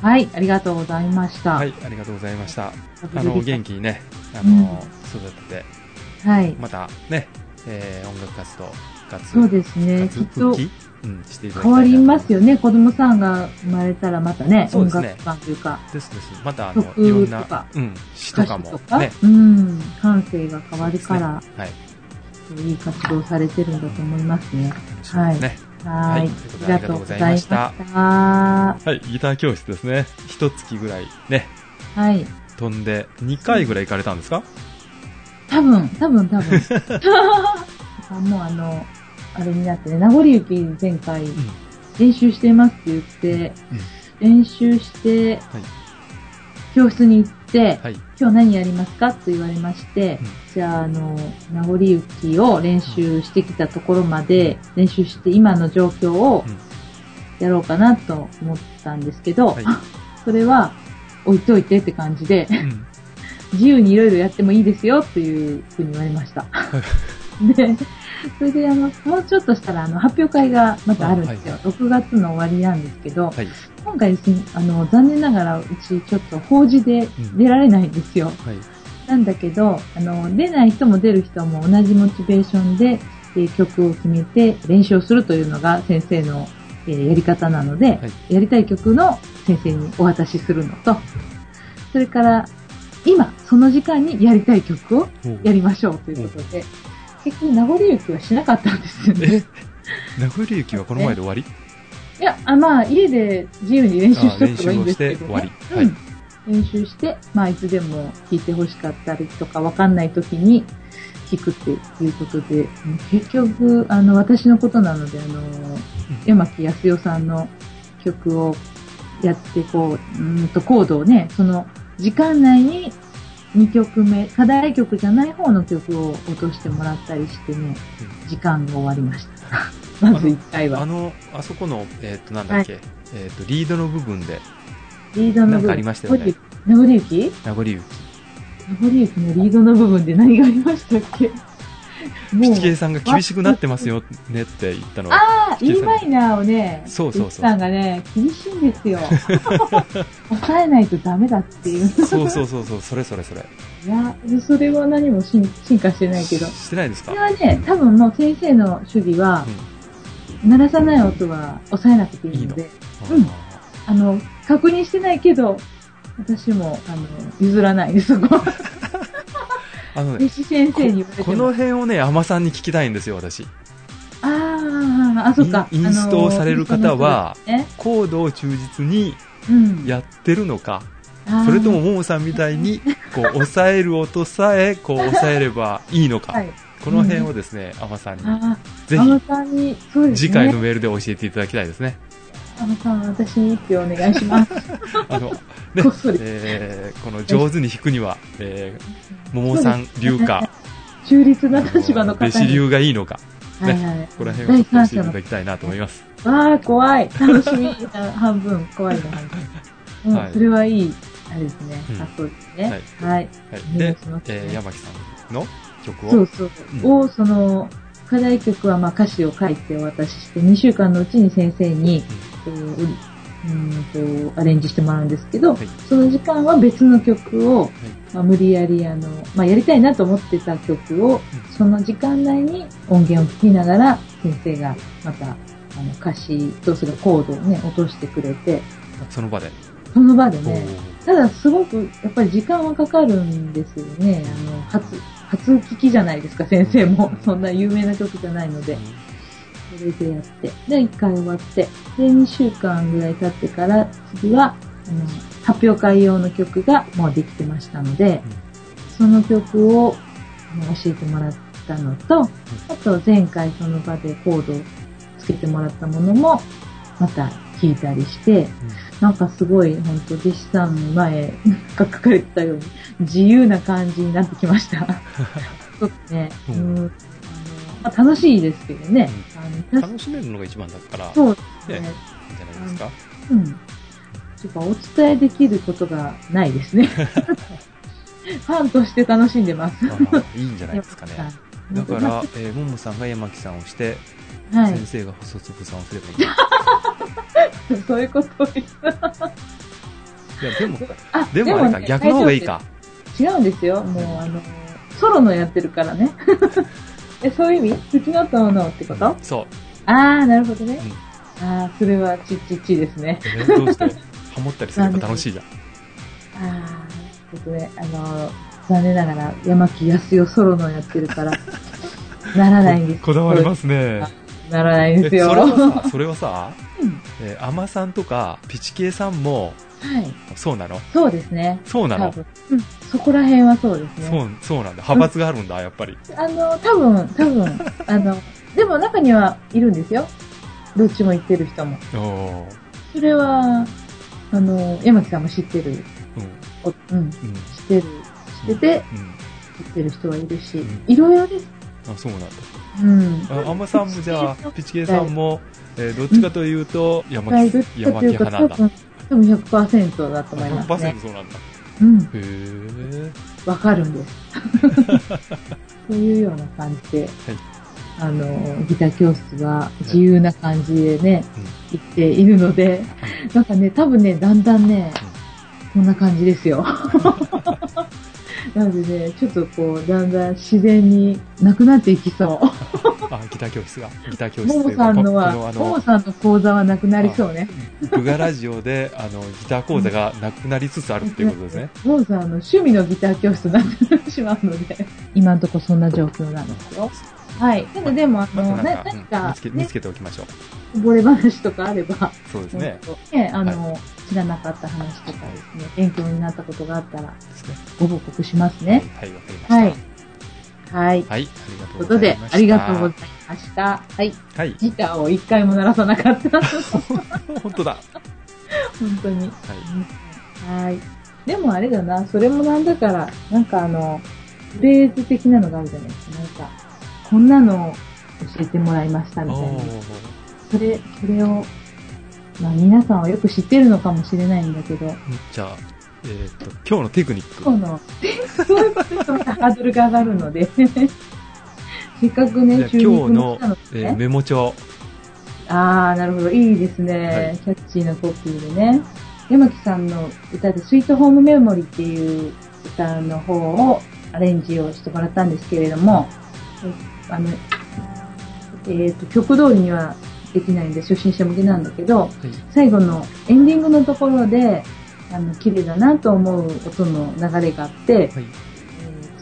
はい、ありがとうございました。
はい、ありがとうございました。あ
あ
の、元気にね、あの、育てて、
はい。
またね、えー音楽活動、活
そうですね。き
活
っと
復帰うん、していただきたい
変わりますよね。子供さんが生まれたらまたね、
そう
音
ですね
楽感というか、
なと。ですです。また、あの、
曲
いろん
とか
な、うん、詩と
歌
か
詞
も
とか、
ね。
うん、感性が変わるか
そう
ら
で、すねはい。
いい活動されてるんだと思いますね。
楽しみですね。
はい。
はいということでありがとうございました
ありがとうございまし
はい、ギター教室ですね。一月ぐらいね、
たはい。
飛んで、2回ぐらい行かれたんですか
多分、多分、多分。あもうあの、あれになってね、名残雪前回
うん。うん。
練習してますって言って、練習して、
はい
教室に行って、
はい。
今日何やりますかと言われまして、
うん
じゃあ、あの、名残雪を練習してきたところまで、練習して今の状況を
うん
やろうかなと思ったんですけど、
はい。
それは置いといてって感じで、
うん。
自由にいろいろやってもいいですよっていうふうに言われました。 で、それであの、もうちょっとしたらあの、発表会がまたあるんですよ。
あはい
6月の終わりなんですけど、
はい。
今回ですね、あの、残念ながらうちちょっと法事で出られないんですよ。
はい。
なんだけど、あの、出ない人も出る人も同じモチベーションで、えー曲を決めて練習をするというのが先生の、えーやり方なので、
はい
やりたい曲の先生にお渡しするのと、それから、今、その時間にやりたい曲を
おう
やりましょうということで、結局、名残雪はしなかったんですよね。
え名残雪はこの前で終わり
いや、あまあ、家で自由に練習しとけばいいんですけど、ね。
あ練習をして終わり
うん練習して、まあ、いつでも聴いて欲しかったりとか、わかんない時に聴くっていうことで、うん結局、あの、私のことなので、あの、山木康代さんの曲をやって、こう、うーんと、コードをね、その、時間内に2曲目、課題曲じゃない方の曲を落としてもらったりしてね、時間が終わりました。 まず1回は
あ。の、あそこの、えっ、と、なんだっけ、えっ、と、リードの部分で、
リードの
なんか
部分。
ありましたよね
名残雪
名残雪。
名残雪のリードの部分で何がありましたっ けも
ピ
う
チケイさんが厳しくなってますよねって言ったのは、
ああ、E マイナーをね、
そうそうそう
リッチさんがね、厳しいんです よ。抑えないとダメだっていう。
そうそうそうそう、それそれそれ。
いや、それは何も進進化してないけど。
してないですか
それはね、多分もう先生の主義は、鳴らさない音は抑えなくていいので、うんあの、確認してないけど、私も、あの、譲らないです、そこは。
あのね
弟、子先生に言われて
こ
も
の。辺をね、甘さんに聞きたいんですよ、私。
ああ、あ、そっか。
インインストをされる方は
あのー、インス
コードを忠実に
トの人ですねうん、
やってるのか、それとも、ももさんみたい に、こう、抑える音さえ、こう、抑えればいいの
あー
か
は。い。
この辺をですね、甘さんに、
ああ、
ぜ
あの
ひ、
さんに、そうですね。
次回の。メールで教えていただきたいですね。
あのさん、私に一票お願いします。
あの、ね
こっそり、
えーこの上手に弾くには、えー、桃さん流か、
中立な 立場の
あの弟
方
子
に。
流がいいのか、
はいはい。
ここら辺を
第
ちょっと教えていた。
三者の
だきたいなと思います。
わあ、怖い。楽しみな半分、怖いな半分。うん、
はい
それはいい、あれですね
うん。
発想ですね。
は
は
は
い。
い、
お願い
で
します、
えー、山木さんの曲を、
そうそう。
うん
を、その、課題曲はまあ歌詞を書いてお渡しして、2週間のうちに先生に、えーうんとアレンジしてもらうんですけど、
はい
その時間は別の曲を、まあ、無理やりあの、まあ、やりたいなと思ってた曲を、その時間内に音源を聴きながら、先生がまたあの歌詞とそれコードをね、落としてくれて、
その場で。
その場で
お
ね、
ー
ただすごくやっぱり時間はかかるんですよね。あの、初、初聞きじゃないですか、先生も
うん。
そんな有名な曲じゃないので。それでやって。で、1回終わって。で、2週間ぐらい経ってから、次は、あの、発表会用の曲がもうできてましたので、
うん
その曲をあの教えてもらったのと、あと前回その場でコードをつけてもらったものも、また弾いたりして、なんかすごい、本当弟子さんの前が書かれてたように、自由な感じになってきま した。そうですね。
う
うんんあのまあ、楽しいですけどね。
う
あ
ん
の
楽しめるのが一番だから、い
そうですね
ね。いんじゃないですか。
うん。ちょっとお伝えできることがないです ね。ファンとして楽しんでます。
あーいいんじゃないですかね。だか
は
ら、えー、ももさんが山木さんをして、
い
先。生が細粒さんをすれ ばいい。い
そういうことを言う
や、でも、
あ
でもあれか、
ね
逆の方がいいか。
違うんですよ。もう、あの、ソロのやってるからね。 え、そういう意味月の遠のってことあ
そ
あー、なるほどね。ああ、それはちっちっちですね。
う。えーどうしてハモったりすれば楽しいじゃん。
ああ、ちょっとね、あの、残念ながら、山木康代ソロのやって るから、ならないんです。
こだわりますすね。
ならないん
え
で
それ
すよ。
はさ、それはさ
うん、
えー、アマさんとか、ピチケイさんも、
はい。
そうなの
そうですね。
そうな
多
の
分。うん。そこら辺はそうですね。
そう、そうなんだ。派閥があるんだ、やっぱり。
あの、多分、多分、あの、でも中にはいるんですよ。どっちも言ってる人も。
おー
それは、あの、山木さんも知って
う
る。
ん、
おうん。知
うん。
ってる。知ってて、
う
知ってる人はいるし
うん、
いろいろです。
ん。あ、そうなんだ。
うん。
ああんまさんもじゃあ、ピチケイさんも、えーどっちかというと、山
はい、どっ
木、
ちか
山
と
木
いう
派
と、
なん
多
だ。
分、多分100%だと思いますね
100%。そうなんだ。
うん、
へえ。
わかるんです。 というような感じで、あの、ギター教室は自由な感じでね、行っているので、なんかね、多分ね、だんだんね、こんな感じで すよ。なのでね、ちょっとこう、だんだん自然になくなっていきそう。
あ、ギター教室が。ギター教室
も
と
も
いうか
さんの
ここ
は、も
の
もさんの講座はなくなりそうね。
あの、ブガラジオで、あの、ギター講座がなくなりつつあるっていうことですね。
ももさん、あの、趣味のギター教室になってしまうので、今んとこそんな状況なんですよ。はい。ただでも、あ
ま
の、
た
な
なん
何
か、うん見
か
つけ、見
ね
つ、けておきましょう。
こぼれ話とかあれば、
そうですね。
本当ね、あの、知らなかった話とかですね、勉強になったことがあったら、
ですね。
ご報告しますね。
はい、わかりました。
は
はいい。。
はい。とい
ありがとう
うこ
ご
と
ざ
で
いまし、た。
ありがとうございました。はい。
はい。
ギターを一回も鳴らさなかった。 本
本当だ。は
当に。
い。
はい。でもあれだな、それもなんだから、なんかあの、フレーズ的なのがあるじゃないですか。なんか、こんなのを教えてもらいましたみたいな。
お
それ、それを、まあ皆さんはよく知ってるのかもしれないんだけど、
ーじゃあ、えーっと、今日のテクニッ
今
ク。
日の、そういうこととまたハードルが上がるので、 せっかく
じゃ
ね、
あ
中
今
肉
日
の
の
下の、
え
ね
ーメモ帳。
あー、なるほど。いいですね。
はい
キャッチーなコピーでね。山木さんの歌で、スイートホームメモリーっていう歌の方をアレンジをしてもらったんですけれども、えあの、えっ、と、曲通りにはできないんで、初心者向けなんだけど、最後のエンディングのところで、あの、綺麗だなと思う音の流れがあって、
はい。
えー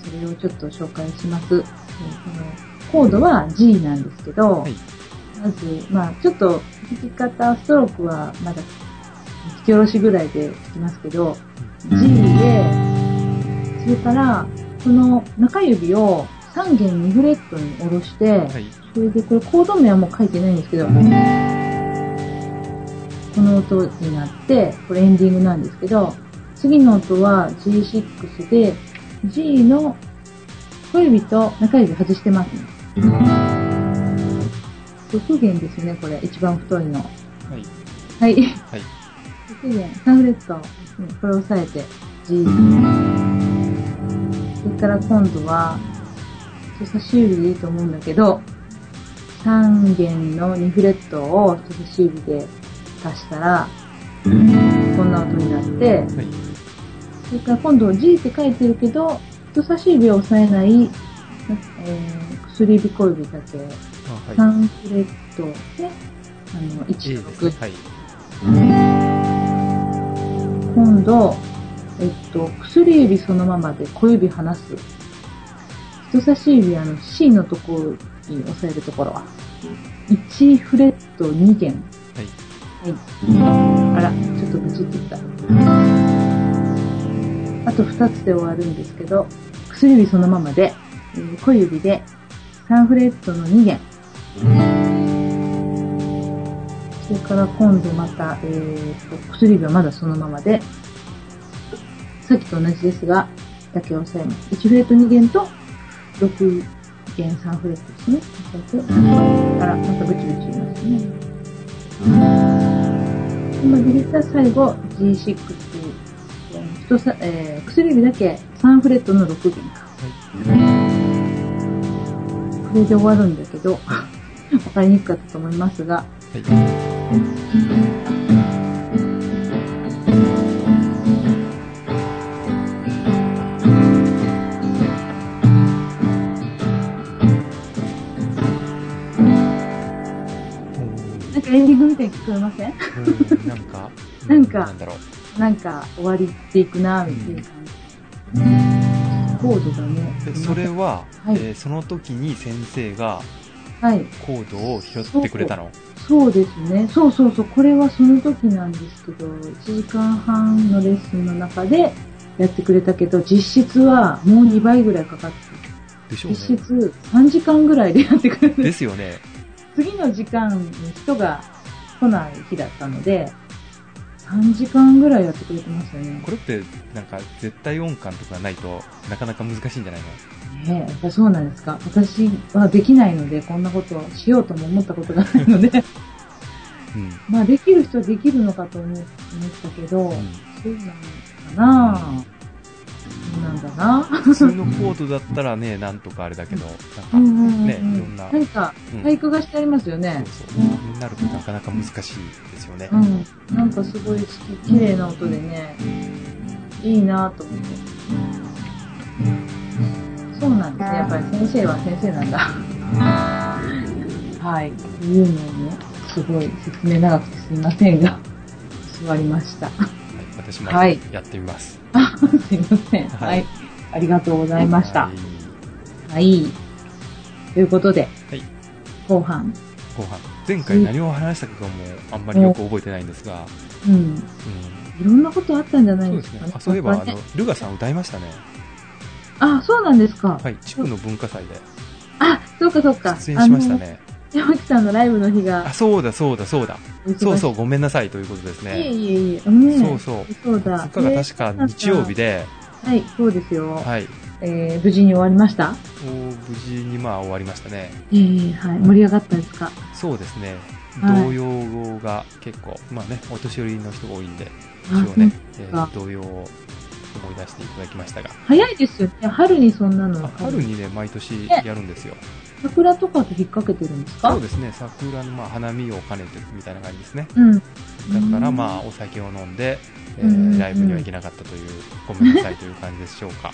それをちょっと紹介します。えーあのコードは G なんですけど、
はい
まず、まあ、ちょっと弾き方、ストロークはまだ弾き下ろしぐらいで弾きますけど、G で、それから、この中指を3弦2フレットに下ろして、
はい。
それで、これコード名はもう書いてないんですけど、この音になって、これエンディングなんですけど、次の音は G6 で、G の小指と中指外してますね。6弦ですよね、これ。一番太いの。
はい。
はい。
はい。
6弦、3フレット。うんこれを押さえて、G。それから今度は、人差し指でいいと思うんだけど、3弦の2フレットを人差し指で出したら、そんな音になって、
はい。
それから今度 G って書いてるけど、人差し指を押さえない、えー、薬指小指だけ、
あはい。
3フレットで、あの、
い
1
い
と
です
6
ね。はい。
今度、えっと、薬指そのままで小指離す。人差し指あの C のところに押さえるところは、1フレット2弦。
はい。
あら、ちょっとブチっていった。あと2つで終わるんですけど、薬指そのままで、えー小指で3フレットの2弦。それから今度また、えーと、薬指はまだそのままで、さっきと同じですが、だけ押さえます。1フレット2弦と6弦3フレットですね。押さえて、あら、またブチブチ言いますね。今で言った最後 G6 えー人さ、えー薬指だけ3フレットの6弦か、これで終わるんだけど わかりにくかったと思いますが
はい。
なんかエンディングみたいに聞こえません
うんなんか、
なんか
なんだろう。
なんか終わりっていくなみたいな感じ、コードだね
でそれは、
はい
えーその時に先生が
はい
コードを拾ってくれたの。
そうですねそうそうそうこれはその時なんですけど1時間半のレッスンの中でやってくれたけど実質はもう2倍ぐらいかかって
でしょうね。
実質3時間ぐらいでやってくれるんで
ですすよね。
次の時間に人が来ない日だったので、3時間ぐらいやってくれてましたね。
これって、なんか、絶対音感とかないとなかなか難しいんじゃないの
ねえ、やっぱりそうなんですか。私はできないので、こんなことをしようとも思ったことがないので、
うん。
まあできる人はできるのかと思思ったけど、
うん
そうなんだなぁ。そうなんだなぁ。
普通のコードだったらね、なんとかあれだけど、なんか、ね、いろんな、
何か
うん
体育がしてありますよね。
そうそう、になるとなかなか難しいですよね。
うん、なんかすごい好き、綺麗な音でね、いいなと思って。そうなんですね、やっぱり先生は先生 なんだ。はい、というのをね、すごい説明長くてすみませんが、座りました。
はい私も
はい
やってみます。
すいません。は、
はいい
ありがとうございました
はい。
はい。ということで、
はい
後半、
後半。前回何を話したかがもう、あんまりよく覚えてないんですが、
うん、
う。
いろんなことあったんじゃなんい
そうですす
でか
ね
ね。。
あ、そういえば、あ
やっぱ
の
ね、
ルガさん歌いましたね。
あ、そうなんですか。
はい、地区の文化祭で
あ、そうかそうか。
出演しました
あの。
ね。
山木さんのライブの日
あ、
が、。
そうだ、そうだ、そうだ。そうそうう、ごめんなさいということです
いえ
ね。
いえいえ、ねえ
そうそう。
そうだ。
2日が確か日曜日で、
えーはい、そうですよ。
はい。
えー、無事に終わりました
お無事にまあ終わりましたね。
えー、はい、盛り上がったですか
そうですね、
はい
童謡が結構、まあね、お年寄りの人が多いんで、一応
あ
ね、え
か
ー童謡を思い出していただきましたが、
早いですよね。春にそんなの。
あ春にね、毎年やるんですよ。
桜とかと引っ掛けてるんですか
そうですね、桜のまあ花見を兼ねてみたいな感じですね。
うん。
だから
うん
まあ、お酒を飲んで、え
うんうんう
ー
ん
ライブには行けなかったという、ごめんなさいという感じでしょうか。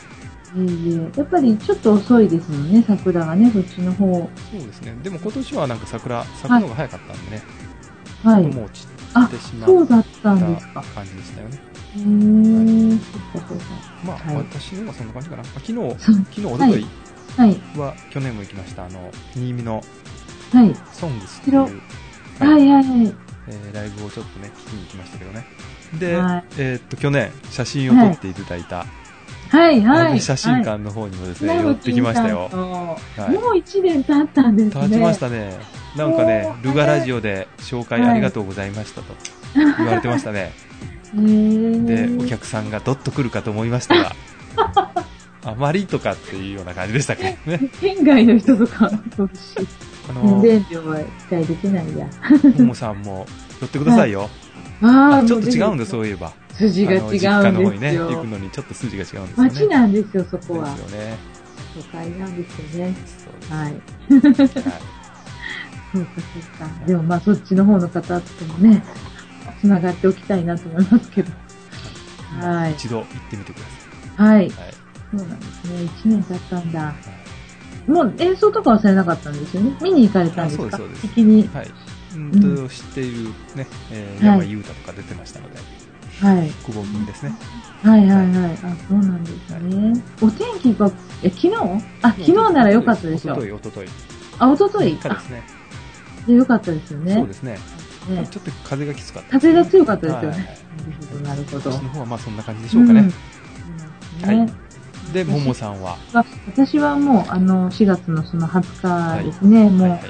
えいえ、やっぱりちょっと遅いですもんね、桜がね、そっちの方。
そうですね、でも今年はなんか桜、咲くのが早かったんでね、
はい。
もう散ってしま
そう
っ
だったんです
た
か。
感じでしたよね。
へー、そっかそっか。
まあ、
はい
私のはそんな感じかな。まあ昨日、
そう
昨日、おととい、
はい、
は去年も行きましたあの新見の
はい。
「ソングスっていう、
こはい、はい、はい。
えーライブをちょっとね聞きに行きましたけどねで、
はい
えーっと去年写真を撮っていただいた、
はい、
あ
は
の
い。
写真館の方にもですね、
はい
寄ってきましたよ、
も
はいう
1年経ったんですね。
立ちましたねなんかね
おー
「ルガラジオで紹介ありがとうございました」と言われてましたね
へー
でお客さんがどっと来るかと思いました があまりとかっていうような感じでしたけどね
県外の人とか、そうし。
あの
全量は期待できないや。
ももさんも寄ってくださいよ、
あ
あちょっと違うんだ
よ。
そういえば
筋が違うんですよ。
あの実家の方にね行くのにちょっと筋が違うんです
街
よね。
なんですよ、そこは
で。すよね。
都会なんですよね。
そうです
はい。
はい
そうか、そうか。でもまあ、そっちの方の方ともね、つながっておきたいなと思いますけど。はい。
一度行ってみてくださ
はい。
い。はい。
そうなんですね。1年経ったんだ。もう演奏とかはされなかったんですよね。見に行かれたんですか
あそうですそうです
的に。
はい。うんと、知っているね、えー、山井優太とか出てましたので、
はい。
久保君ですね。
はいはいはい。あ、そうなんですね。お天気が、え、昨日あ、昨日なら良かったでしょ
おとと。い、おととい。
あ、おととい。
かで
あ、
すね。
で良かったですよね。
そうですね。
ね
ちょっと風がきつかった。
風が強かったですよ
はい
ね。なるほど、なるほど。
私の方はまあそんな感じでしょうかね。
うん
はい
ね。
で、ももさんは、
まあ私はもう、あの、4月のその20日ですね、
は
もう
い、はい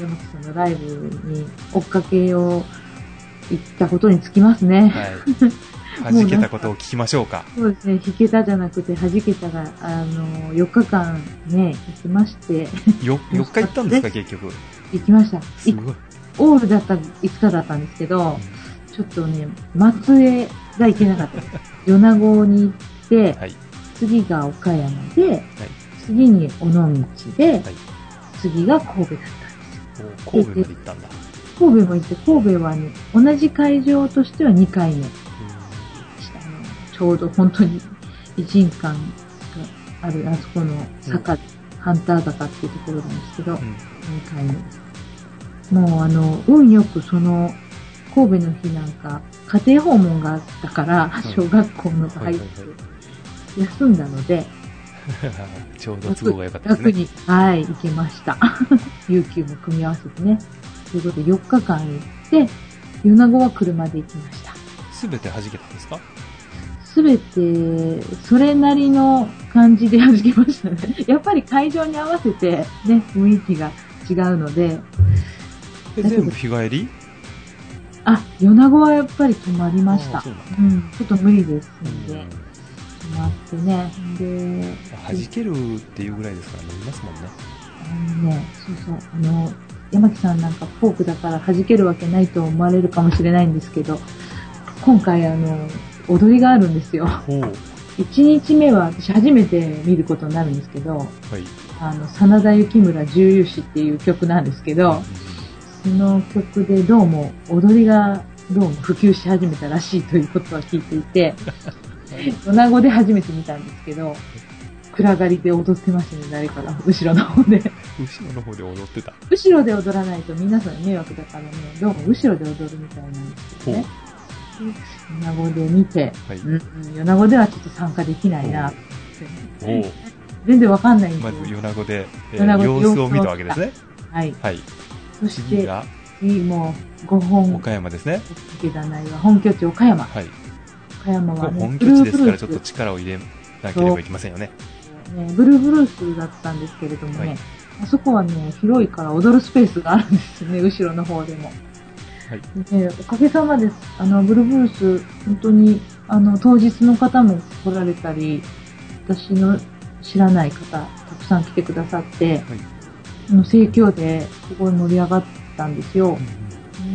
山木さんのライブに追っかけを行ったことにつきますね。
はい。は じけたことを聞きましょうか。
そうですね、弾けたじゃなくて、弾けたが、あの、4日間ね、行きまして、
よ、4日行ったんですか、結局。
行きました。
す
い
ごい。
オールだった、5日だったんですけど、ちょっとね、松江が行けな かったです。米子に行って、
はい。
次が岡山で、次に尾道で、
はい
次が神戸だった。
もう神戸まで行ったんだ。
神戸も行って、神戸はね、同じ会場としては2回目でした。あのちょうど本当に、偉人館がある、あそこの坂、ハンター坂っていうところなんですけど、
うんうん
2回目です。もうあの、運よくその、神戸の日なんか、家庭訪問があったから、
い
小学校の入って、
はいは
休んだので、
ちょうど都合が良かったです
楽
ね。
に、はい、行けました。 有給も組み合わせてね。ということで、4日間行って、米子は車で行きました。
すべて弾けたんですか
すべて、それなりの感じで弾けましたね。 やっぱり会場に合わせて、ね、雰囲気が違うので、
え全部日帰り
あ、米子はやっぱり泊まりました
あーそう。なんだ
うん、ちょっと無理です
う
んで
ん、
泊まってね。で、
弾けるっていうぐらいですから飲みますもんね。
あのね、そうそう、あの、山木さんなんかフォークだから弾けるわけないと思われるかもしれないんですけど、今回あの、踊りがあるんですよ。
ほう。
1日目は私初めて見ることになるんですけど、
はい。
あの、真田幸村重勇士っていう曲なんですけど、その曲でどうも踊りがどうも普及し始めたらしいということは聞いていて、女子で初めて見たんですけど、暗がりで踊ってましたね、誰かが、後ろの方で。
後ろの方で踊ってた。
後ろで踊らないと皆さん迷惑だからね、どうも後ろで踊るみたいなんですけどね。米子で見て、
はい。
うん、米子ではちょっと参加できないな、
ほう。
全然わかんないん
ま
で
ず
すよ。
米子で、え
米
ー、
子
様子を見たわけですね。
はい。
はい。
そし
次
て、
が
次もう5本、
岡山ですね。
池田内は本拠地岡山。
はい。
岡山
ここ
はね、
本拠地ですからちょっと
ブルー
力を入れなければいけませんよね。
ブルースね、ブルーブルースだったんですけれどもね、
はい
あそこはね、広いから踊るスペースがあるんで すよね、後ろの方でも。
はい。
ね、おかげさまです。あの、ブルブルース、本当に、あの、当日の方も来られたり、私の知らない方、たくさん来てくださって、あの、盛況ですごい盛り上がったんですよ。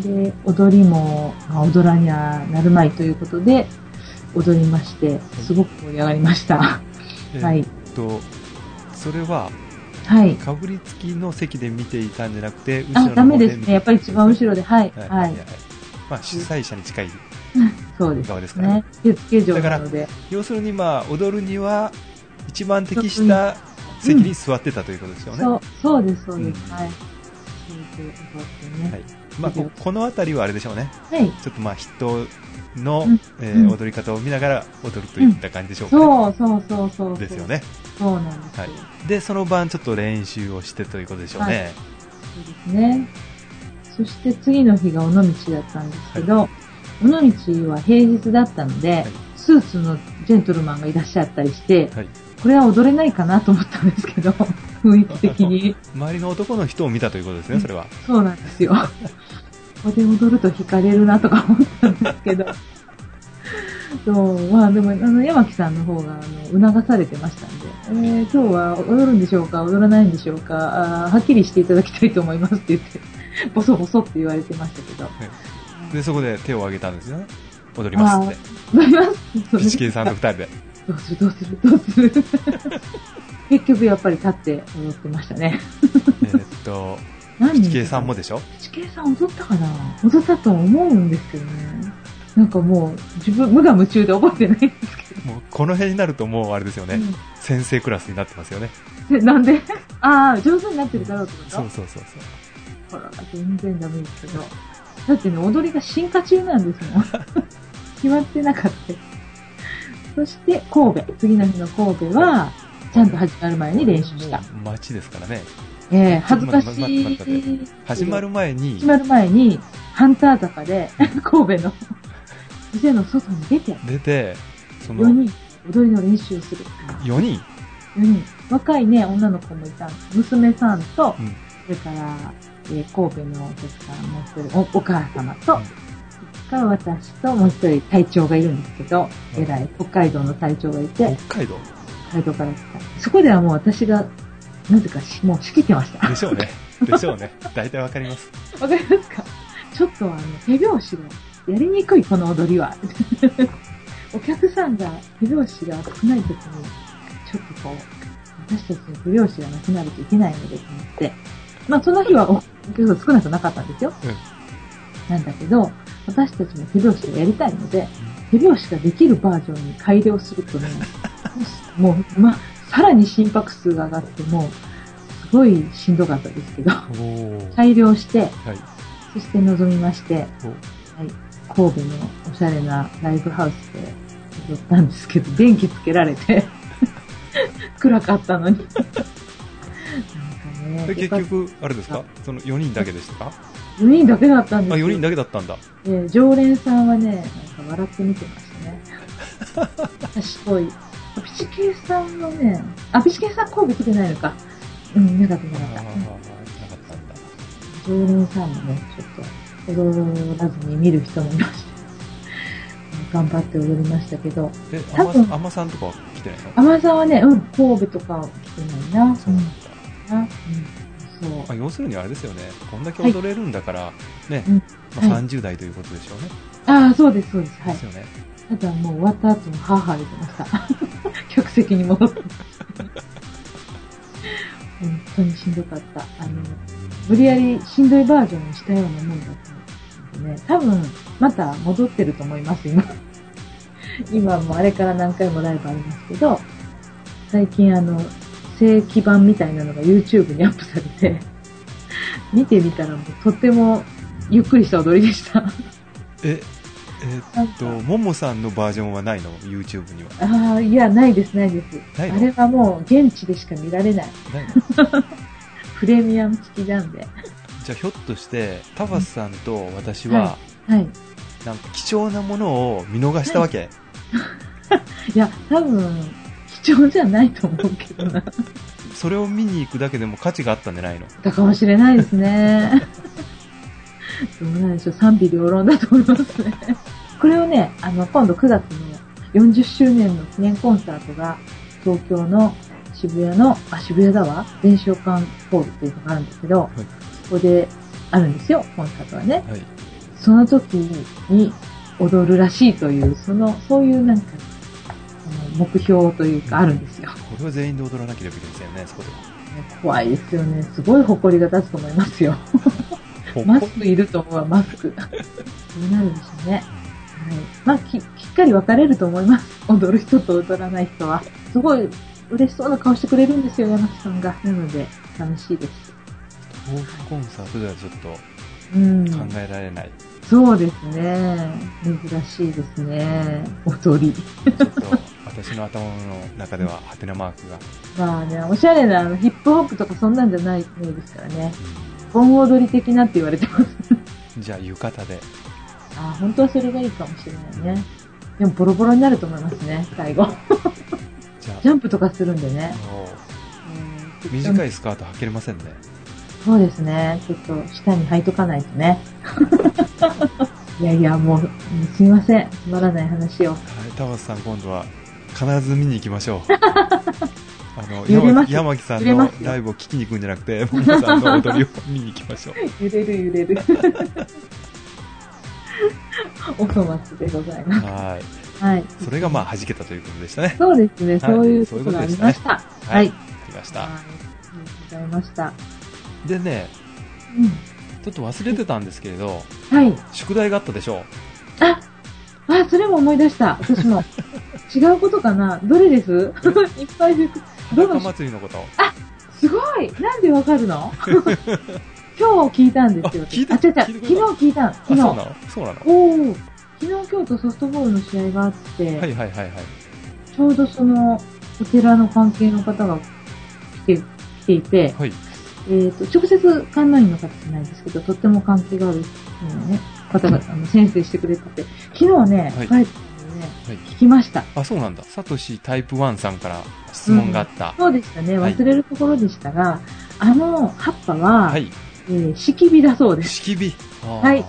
で、踊りも、まあ踊らにゃなるまいということで、踊りまして、すごく盛り上がりました。は
はい。え
い
ー。っと、それは、
はい。
かぶりつきの席で見ていたんじゃなくて、後ろの
あ、
方
ダメです
見
ね。
て
やっぱり一番後ろで、はい。
はい。
は
はい
い。。
まあ、主催者に近い
そうです。
側ですからね
ね。。受付嬢なので。
要するに、まあ、踊るには、一番適した席に座ってたということですよね。
そう、そうです、そうです。
うん
はい。そうです踊って
は
ね
い。まあ、ここの辺りはあれでしょうね。
はい。
ちょっとまあ人の、
うん
えー
うん
踊り方を見ながら踊るといった感じでしょうかね。
そうそうそうそう。
ですよ。ね。
そうなんですよ。
はい。で、その晩ちょっと練習をしてということでしょうね。
そうですね。そして次の日が尾道だったんですけど、尾道は平日だったので
い、
スーツのジェントルマンがいらっしゃったりして、
はい。
これは踊れないかなと思ったんです けど、雰囲気的に。
周りの男の人を見たということですね、それは。
そうなんですよ。 ここで踊ると惹かれるなとか思ったんですけど。 そう、まあでも、あの、山木さんの方が、あの、促されてましたんで、えー、今日は踊るんでしょうか、踊らないんでしょうか、あーはっきりしていただきたいと思いますって言 って、ボソボソって言われてましたけど、
で、そこで手を挙げたんですよね。踊りますって。
踊りますそう
ピチケイさんと二 人で。
どうするどうするどうする 結局やっぱり立って踊ってましたね。
えーっと、
何
七景さんもでしょ
地形さん踊ったかな踊ったとは思うんですけどね。なんかもう、自分、無我夢中で覚えてないですけ
もうこの辺になるともうあれですよ
ど
ね、先生クラスになってますよね
うんえなんでああ、上手になってるだろうってこと
そうそうそうそう
ほら、全然ダメですけど。だってね、踊りが進化中なんですもん。決まってなかった。そして、神戸。次の日の神戸は、ちゃんと始まる前に練習した。
街ですからね
ええ恥ずかし
ちょっと待って
い。
始まる前に
始まる前に、ハンター坂で、神戸の店の外に出て、
出てその
4人、踊りの練習をする。
4人
うん、若いね、女の子もいたんです娘さんと、
うん
それから、えー神戸のお客さん、もう一人、おお母様と、
うん
それから私ともう一人隊長がいるんですけど、
うん
偉い、北海道の隊長がいて、
北海道
北海道から来た。そこではもう私が、なぜかし、もう仕切ってました。
でしょ うねでしょうね大体わかります
わかりますかちょっとあの、手拍子がやりにくい、この踊りは。 お客さんが手拍子が少ない時に、ちょっとこう、私たちの手拍子がなくなるといけないので、と思って。まあ、その日はおお客さん少なくなかったんですよ。
うん
なんだけど、私たちも手拍子をやりたいので、手拍子ができるバージョンに改良するとね、もう、まあ、さらに心拍数が上がって、もう、すごいしんどかったですけど、
おー
改良して、
はい
そして臨みまして、
お
神戸のおしゃれなライブハウスで踊ったんですけど、電気つけられて、 暗かったのに。 なんかね、
で結局あれですかその4人だけでした か
4人だけだった
あ
んです
4
よ。
人だけだったんだ
えー常連さんはね、なんか笑って見てましたね。 賢い。ピチケイさんはね、あ、ピチケイさん神戸来てないのか。うん、なかった
あ
な
ー
かった。うん
なかったんだ
常連さんもね、ちょっと踊らずに見る人もいまして、頑張って踊りましたけど、
で
多分
あまさんとかは来てないの
アマさんはね、うん、神戸とか来てないな、
そうなんだ、
だな。うん、そう。
まあ、要するにあれですよねこんだけ踊れるんだから、ね、
うん
ま
は
あ、
い
30代ということでしょうね、
ああ、そうです、そうです。はい
です。よね
ただもう終わった後もハーハー言ってました。 客席に戻って。本当にしんどかった。あの、無理やりしんどいバージョンにしたようなもんだったのでね、多分、また戻ってると思います、今。 今もあれから何回もライブありますけど、最近あの、正規版みたいなのが YouTube にアップされて、 見てみたらもうとてもゆっくりした踊りでした。
ええ
なん
ーっ
か
とももさんのバージョンはないの YouTube には
ああ、いや、ないです、ないです。
ないの
あれはもう現地でしか見られない。
ないの
プレミアム付きなんで。
じゃあひょっとしてタバスさんと私は、
はい。
なんか貴重なものを見逃したわけ、
いや、多分、貴重じゃないと思うけどな。
それを見に行くだけでも価値があったんじゃないの
だかもしれないですね。どうなんでしょう、賛否両論だと思いますね。これをね、あの、今度9月の40周年の記念コンサートが、東京の渋谷の、あ、渋谷だわ、伝承館ホールっていうのがあるんですけど、
い
そこであるんですよ、コンサートはね。
はい
その時に踊るらしいという、その、そういうなんか、あの目標というかあるんですよ。
これは全員で踊らなければいけませんよねそこでは
怖いですよね。すごい誇りが立つと思いますよ。
ほ
マスクいると思うわ、マスク。どうなるんでしょうね。はい。まあ、き、きっかり分かれると思います。踊る人と踊らない人は。すごい嬉しそうな顔してくれるんですよ、山木さんが。なので、楽しいです。
東京コンサートではちょっと
うん。
考えられない、
そうですね。珍しいですね。踊り。
ちょっと私の頭の中ではハテナマークが、
まあね、おしゃれなあのヒップホップとかそんなんじゃないないですからね。盆踊り的なって言われてます。
うんじゃあ浴衣で
ああ、本当はそれがいいかもしれないね。でもボロボロになると思いますね、最後。
じゃあ
ジャンプとかするんでね。
もう
うん
短いスカート履けれませんね。
そうですね。ちょっと下に履いとかないと ね。いやいや、もう、うんすいません。つまらない話を。
はい、田畑さん、今度は必ず見に行きま しょう。あの
揺れます
山木さん
揺れま
の
すよ
ライブを聞きに行くんじゃなくて、ももさんの踊りを見に行きましょう。
揺れる揺れる。お粗末でございます。
はい、
はい。
それがまあ弾けたということでしたね。
そうですね。
はい
そういうことがありました。
は
はいい。
ありまし
はい
た。
ありがとうございました。
でね、ちょっと忘れてたんですけれど、
はい。
宿題があったでしょ
あ、あ、それも思い出した。私 も。違うことかなどれです いっぱい出て
う。
どの
裸祭りのこと。
すごいなんでわか るの今日聞いたんですよ。
あ聞いた
あ、違う違
聞い
う。昨
てく
日
れた
聞いたの。
あ、そう
昨日。
なのそうなの
おー昨日今日とソフトボールの試合があって、
はいはいはいはい。
ちょうどその、お寺の関係の方が来て、来ていて、
はい。
えっ、と、直接館内員の方じゃないですけど、とっても関係がある、ね、方が、あの、先生してくれてて、昨日ね、
はい
帰ってきてね、
はい
聞きました。
あ、そうなんだ。サトシタイプ1さんから質問があった。
そうでしたね、
はい
忘れるところでしたが、あの、葉っぱは、
はい。
えー、敷き火だそうです。
式火。あー
はい。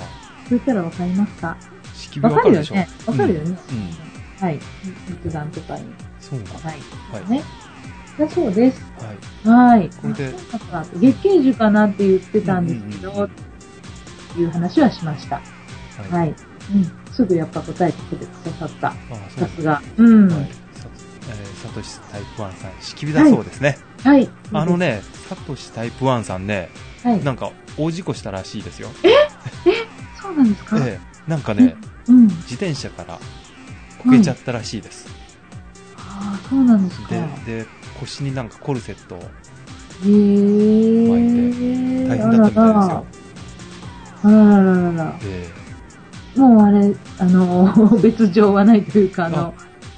そうしたらわかりますか
式火
わ
わ
か
かるで
るよ
しょ
ね。わかるよね。
うん。
はい。仏壇とかに。
そうなんだ。
はい。
はい。
ね。だそうです。
はい。
はい。
これで
あそうだった月桂樹かなって言ってたんですけ
うんうんう
ど
ん、
いう話はしました。
はい。
はい。うん。すぐやっぱ答えてくれてくださった。
あー、そう
さ
です
すが。う
は
ん。
い。さえーサトシタイプ1さん、式火だそうですね。
はい。
あの。ね、サトシタイプ1さんね、
はい。
なんか大事故したらしいですよ。
そうなんですか
ええなんかね、
うん。
自転車からこけちゃったらしいです。
ああ、そうなんですか。へ
でで、腰になんかコルセットを
え。
大
大
変だったみたいですよ。
あらららら。
え
もうあれ、あの、 別状はないというか、あの、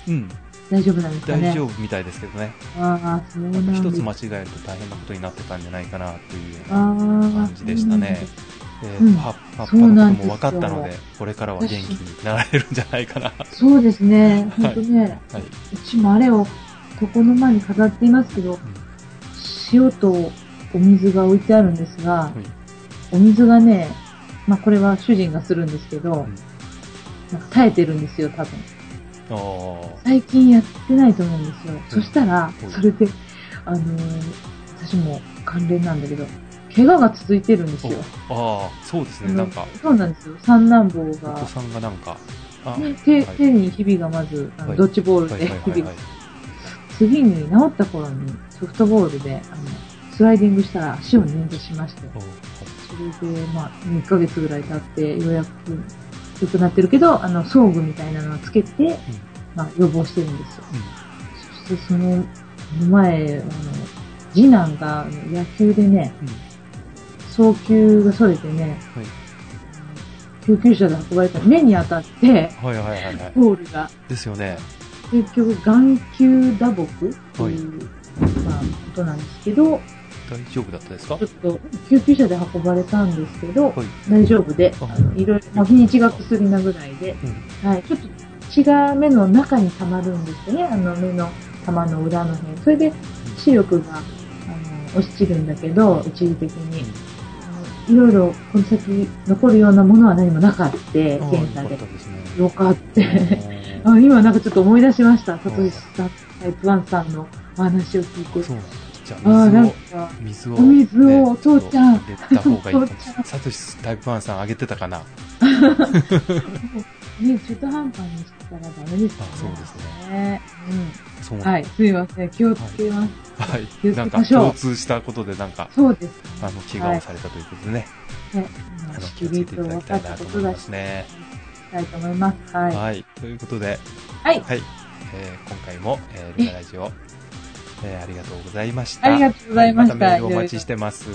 えうん、
大丈夫なんですか
大
ね。
丈夫みたいですけどね。
夫。ああ、そうなんです
一つ間違えると大変なことになってたんじゃないかなというような
感
感じでしたね。ええ
うん
は葉っぱ
そ
のこ
う
と
なんです
も分
よ
かったので、これからは元気になられるんじゃないかな。は
そうですね。
い
本当ね、
い。
うちもあれを床の間に飾っていますけど、塩とお水が置いてあるんですが、
はい
お水がね、まあこれは主人がするんですけど、
ん
なんか耐えてるんですよ、多分。
あー
最近やってないと思うんですよ。そしたら
うん、
それで、あのー私も関連なんだけど、怪我が続いてるんですよ。
あー、そうです
あ
ね、
の
なんか、
そうなんですよ。三男坊
お子
が、
さんがなんか、あ
ね手
はい
手に日々がまず、あ
は
の
い
ドッジボー
は
ル
い
で
はい
日
はい
々
はい。
次に治った頃にソフトボールであのスライディングしたら足を捻挫しまして、
おー
それで、まあ、2ヶ月ぐらい経ってようやく良くなってるけど、あの、装具みたいなのはつけて、まあ、予防してるんですよ。
うん
そしてその、この前、あの、次男があの野球でね、
うん
送球がそれてね、
はい
救急車で運ばれた目に当たって、
はいはいはいはい。
ボールが
ですよね。
結局眼球打撲っていう、まあ、ことなんですけど、
大丈夫だったですか
ちょっと救急車で運ばれたんですけ
は
ど、
い。
大丈夫で、
あ
あのいろいろ、もう日にちが薬なぐらいで、はい、ちょっと血が目の中に溜まるんですよね、あの目の玉の裏の辺。それで視力が、あの、落ちるんだけど、一時的に。あのいろいろ、この先残るようなものは何もなかった、
ああ
検査
よか
で
った。ですね。
よかった。
あ
あ今なんかちょっと思い出しました。サトシさん、タイプワンさんのお話を聞い
ー
て。
そうなんだじゃ
ああ、
あ
なんか、
水を、
お水をお父ちゃん
入れた方がいいかも
お父
し
ち
れない。サトシタイプワンさんあげてたかなあ
ね、中途半端にしてたらダメですよね。
そうですね。
ね。
そう
う
なん
ん。
だ
はい、すいません。気をつけます。
はい。
気をつけ
なんか
ましょう
共通したことでなんか、
そうです
あの、怪我をされたということでね、
ね。ね
あの、気
仕
をつけ
切
て
り
い
と
ただ
分
き
か
たい
っ
なと
たこ
思
と
い
だ
ま
し、
すね。
したいと思います。はい。
はい。ということで、
はい。
はい。えー今回も、えールカラジオ、えーありがとうございました。
ありがとうございました
はまたメールお待ちしてます。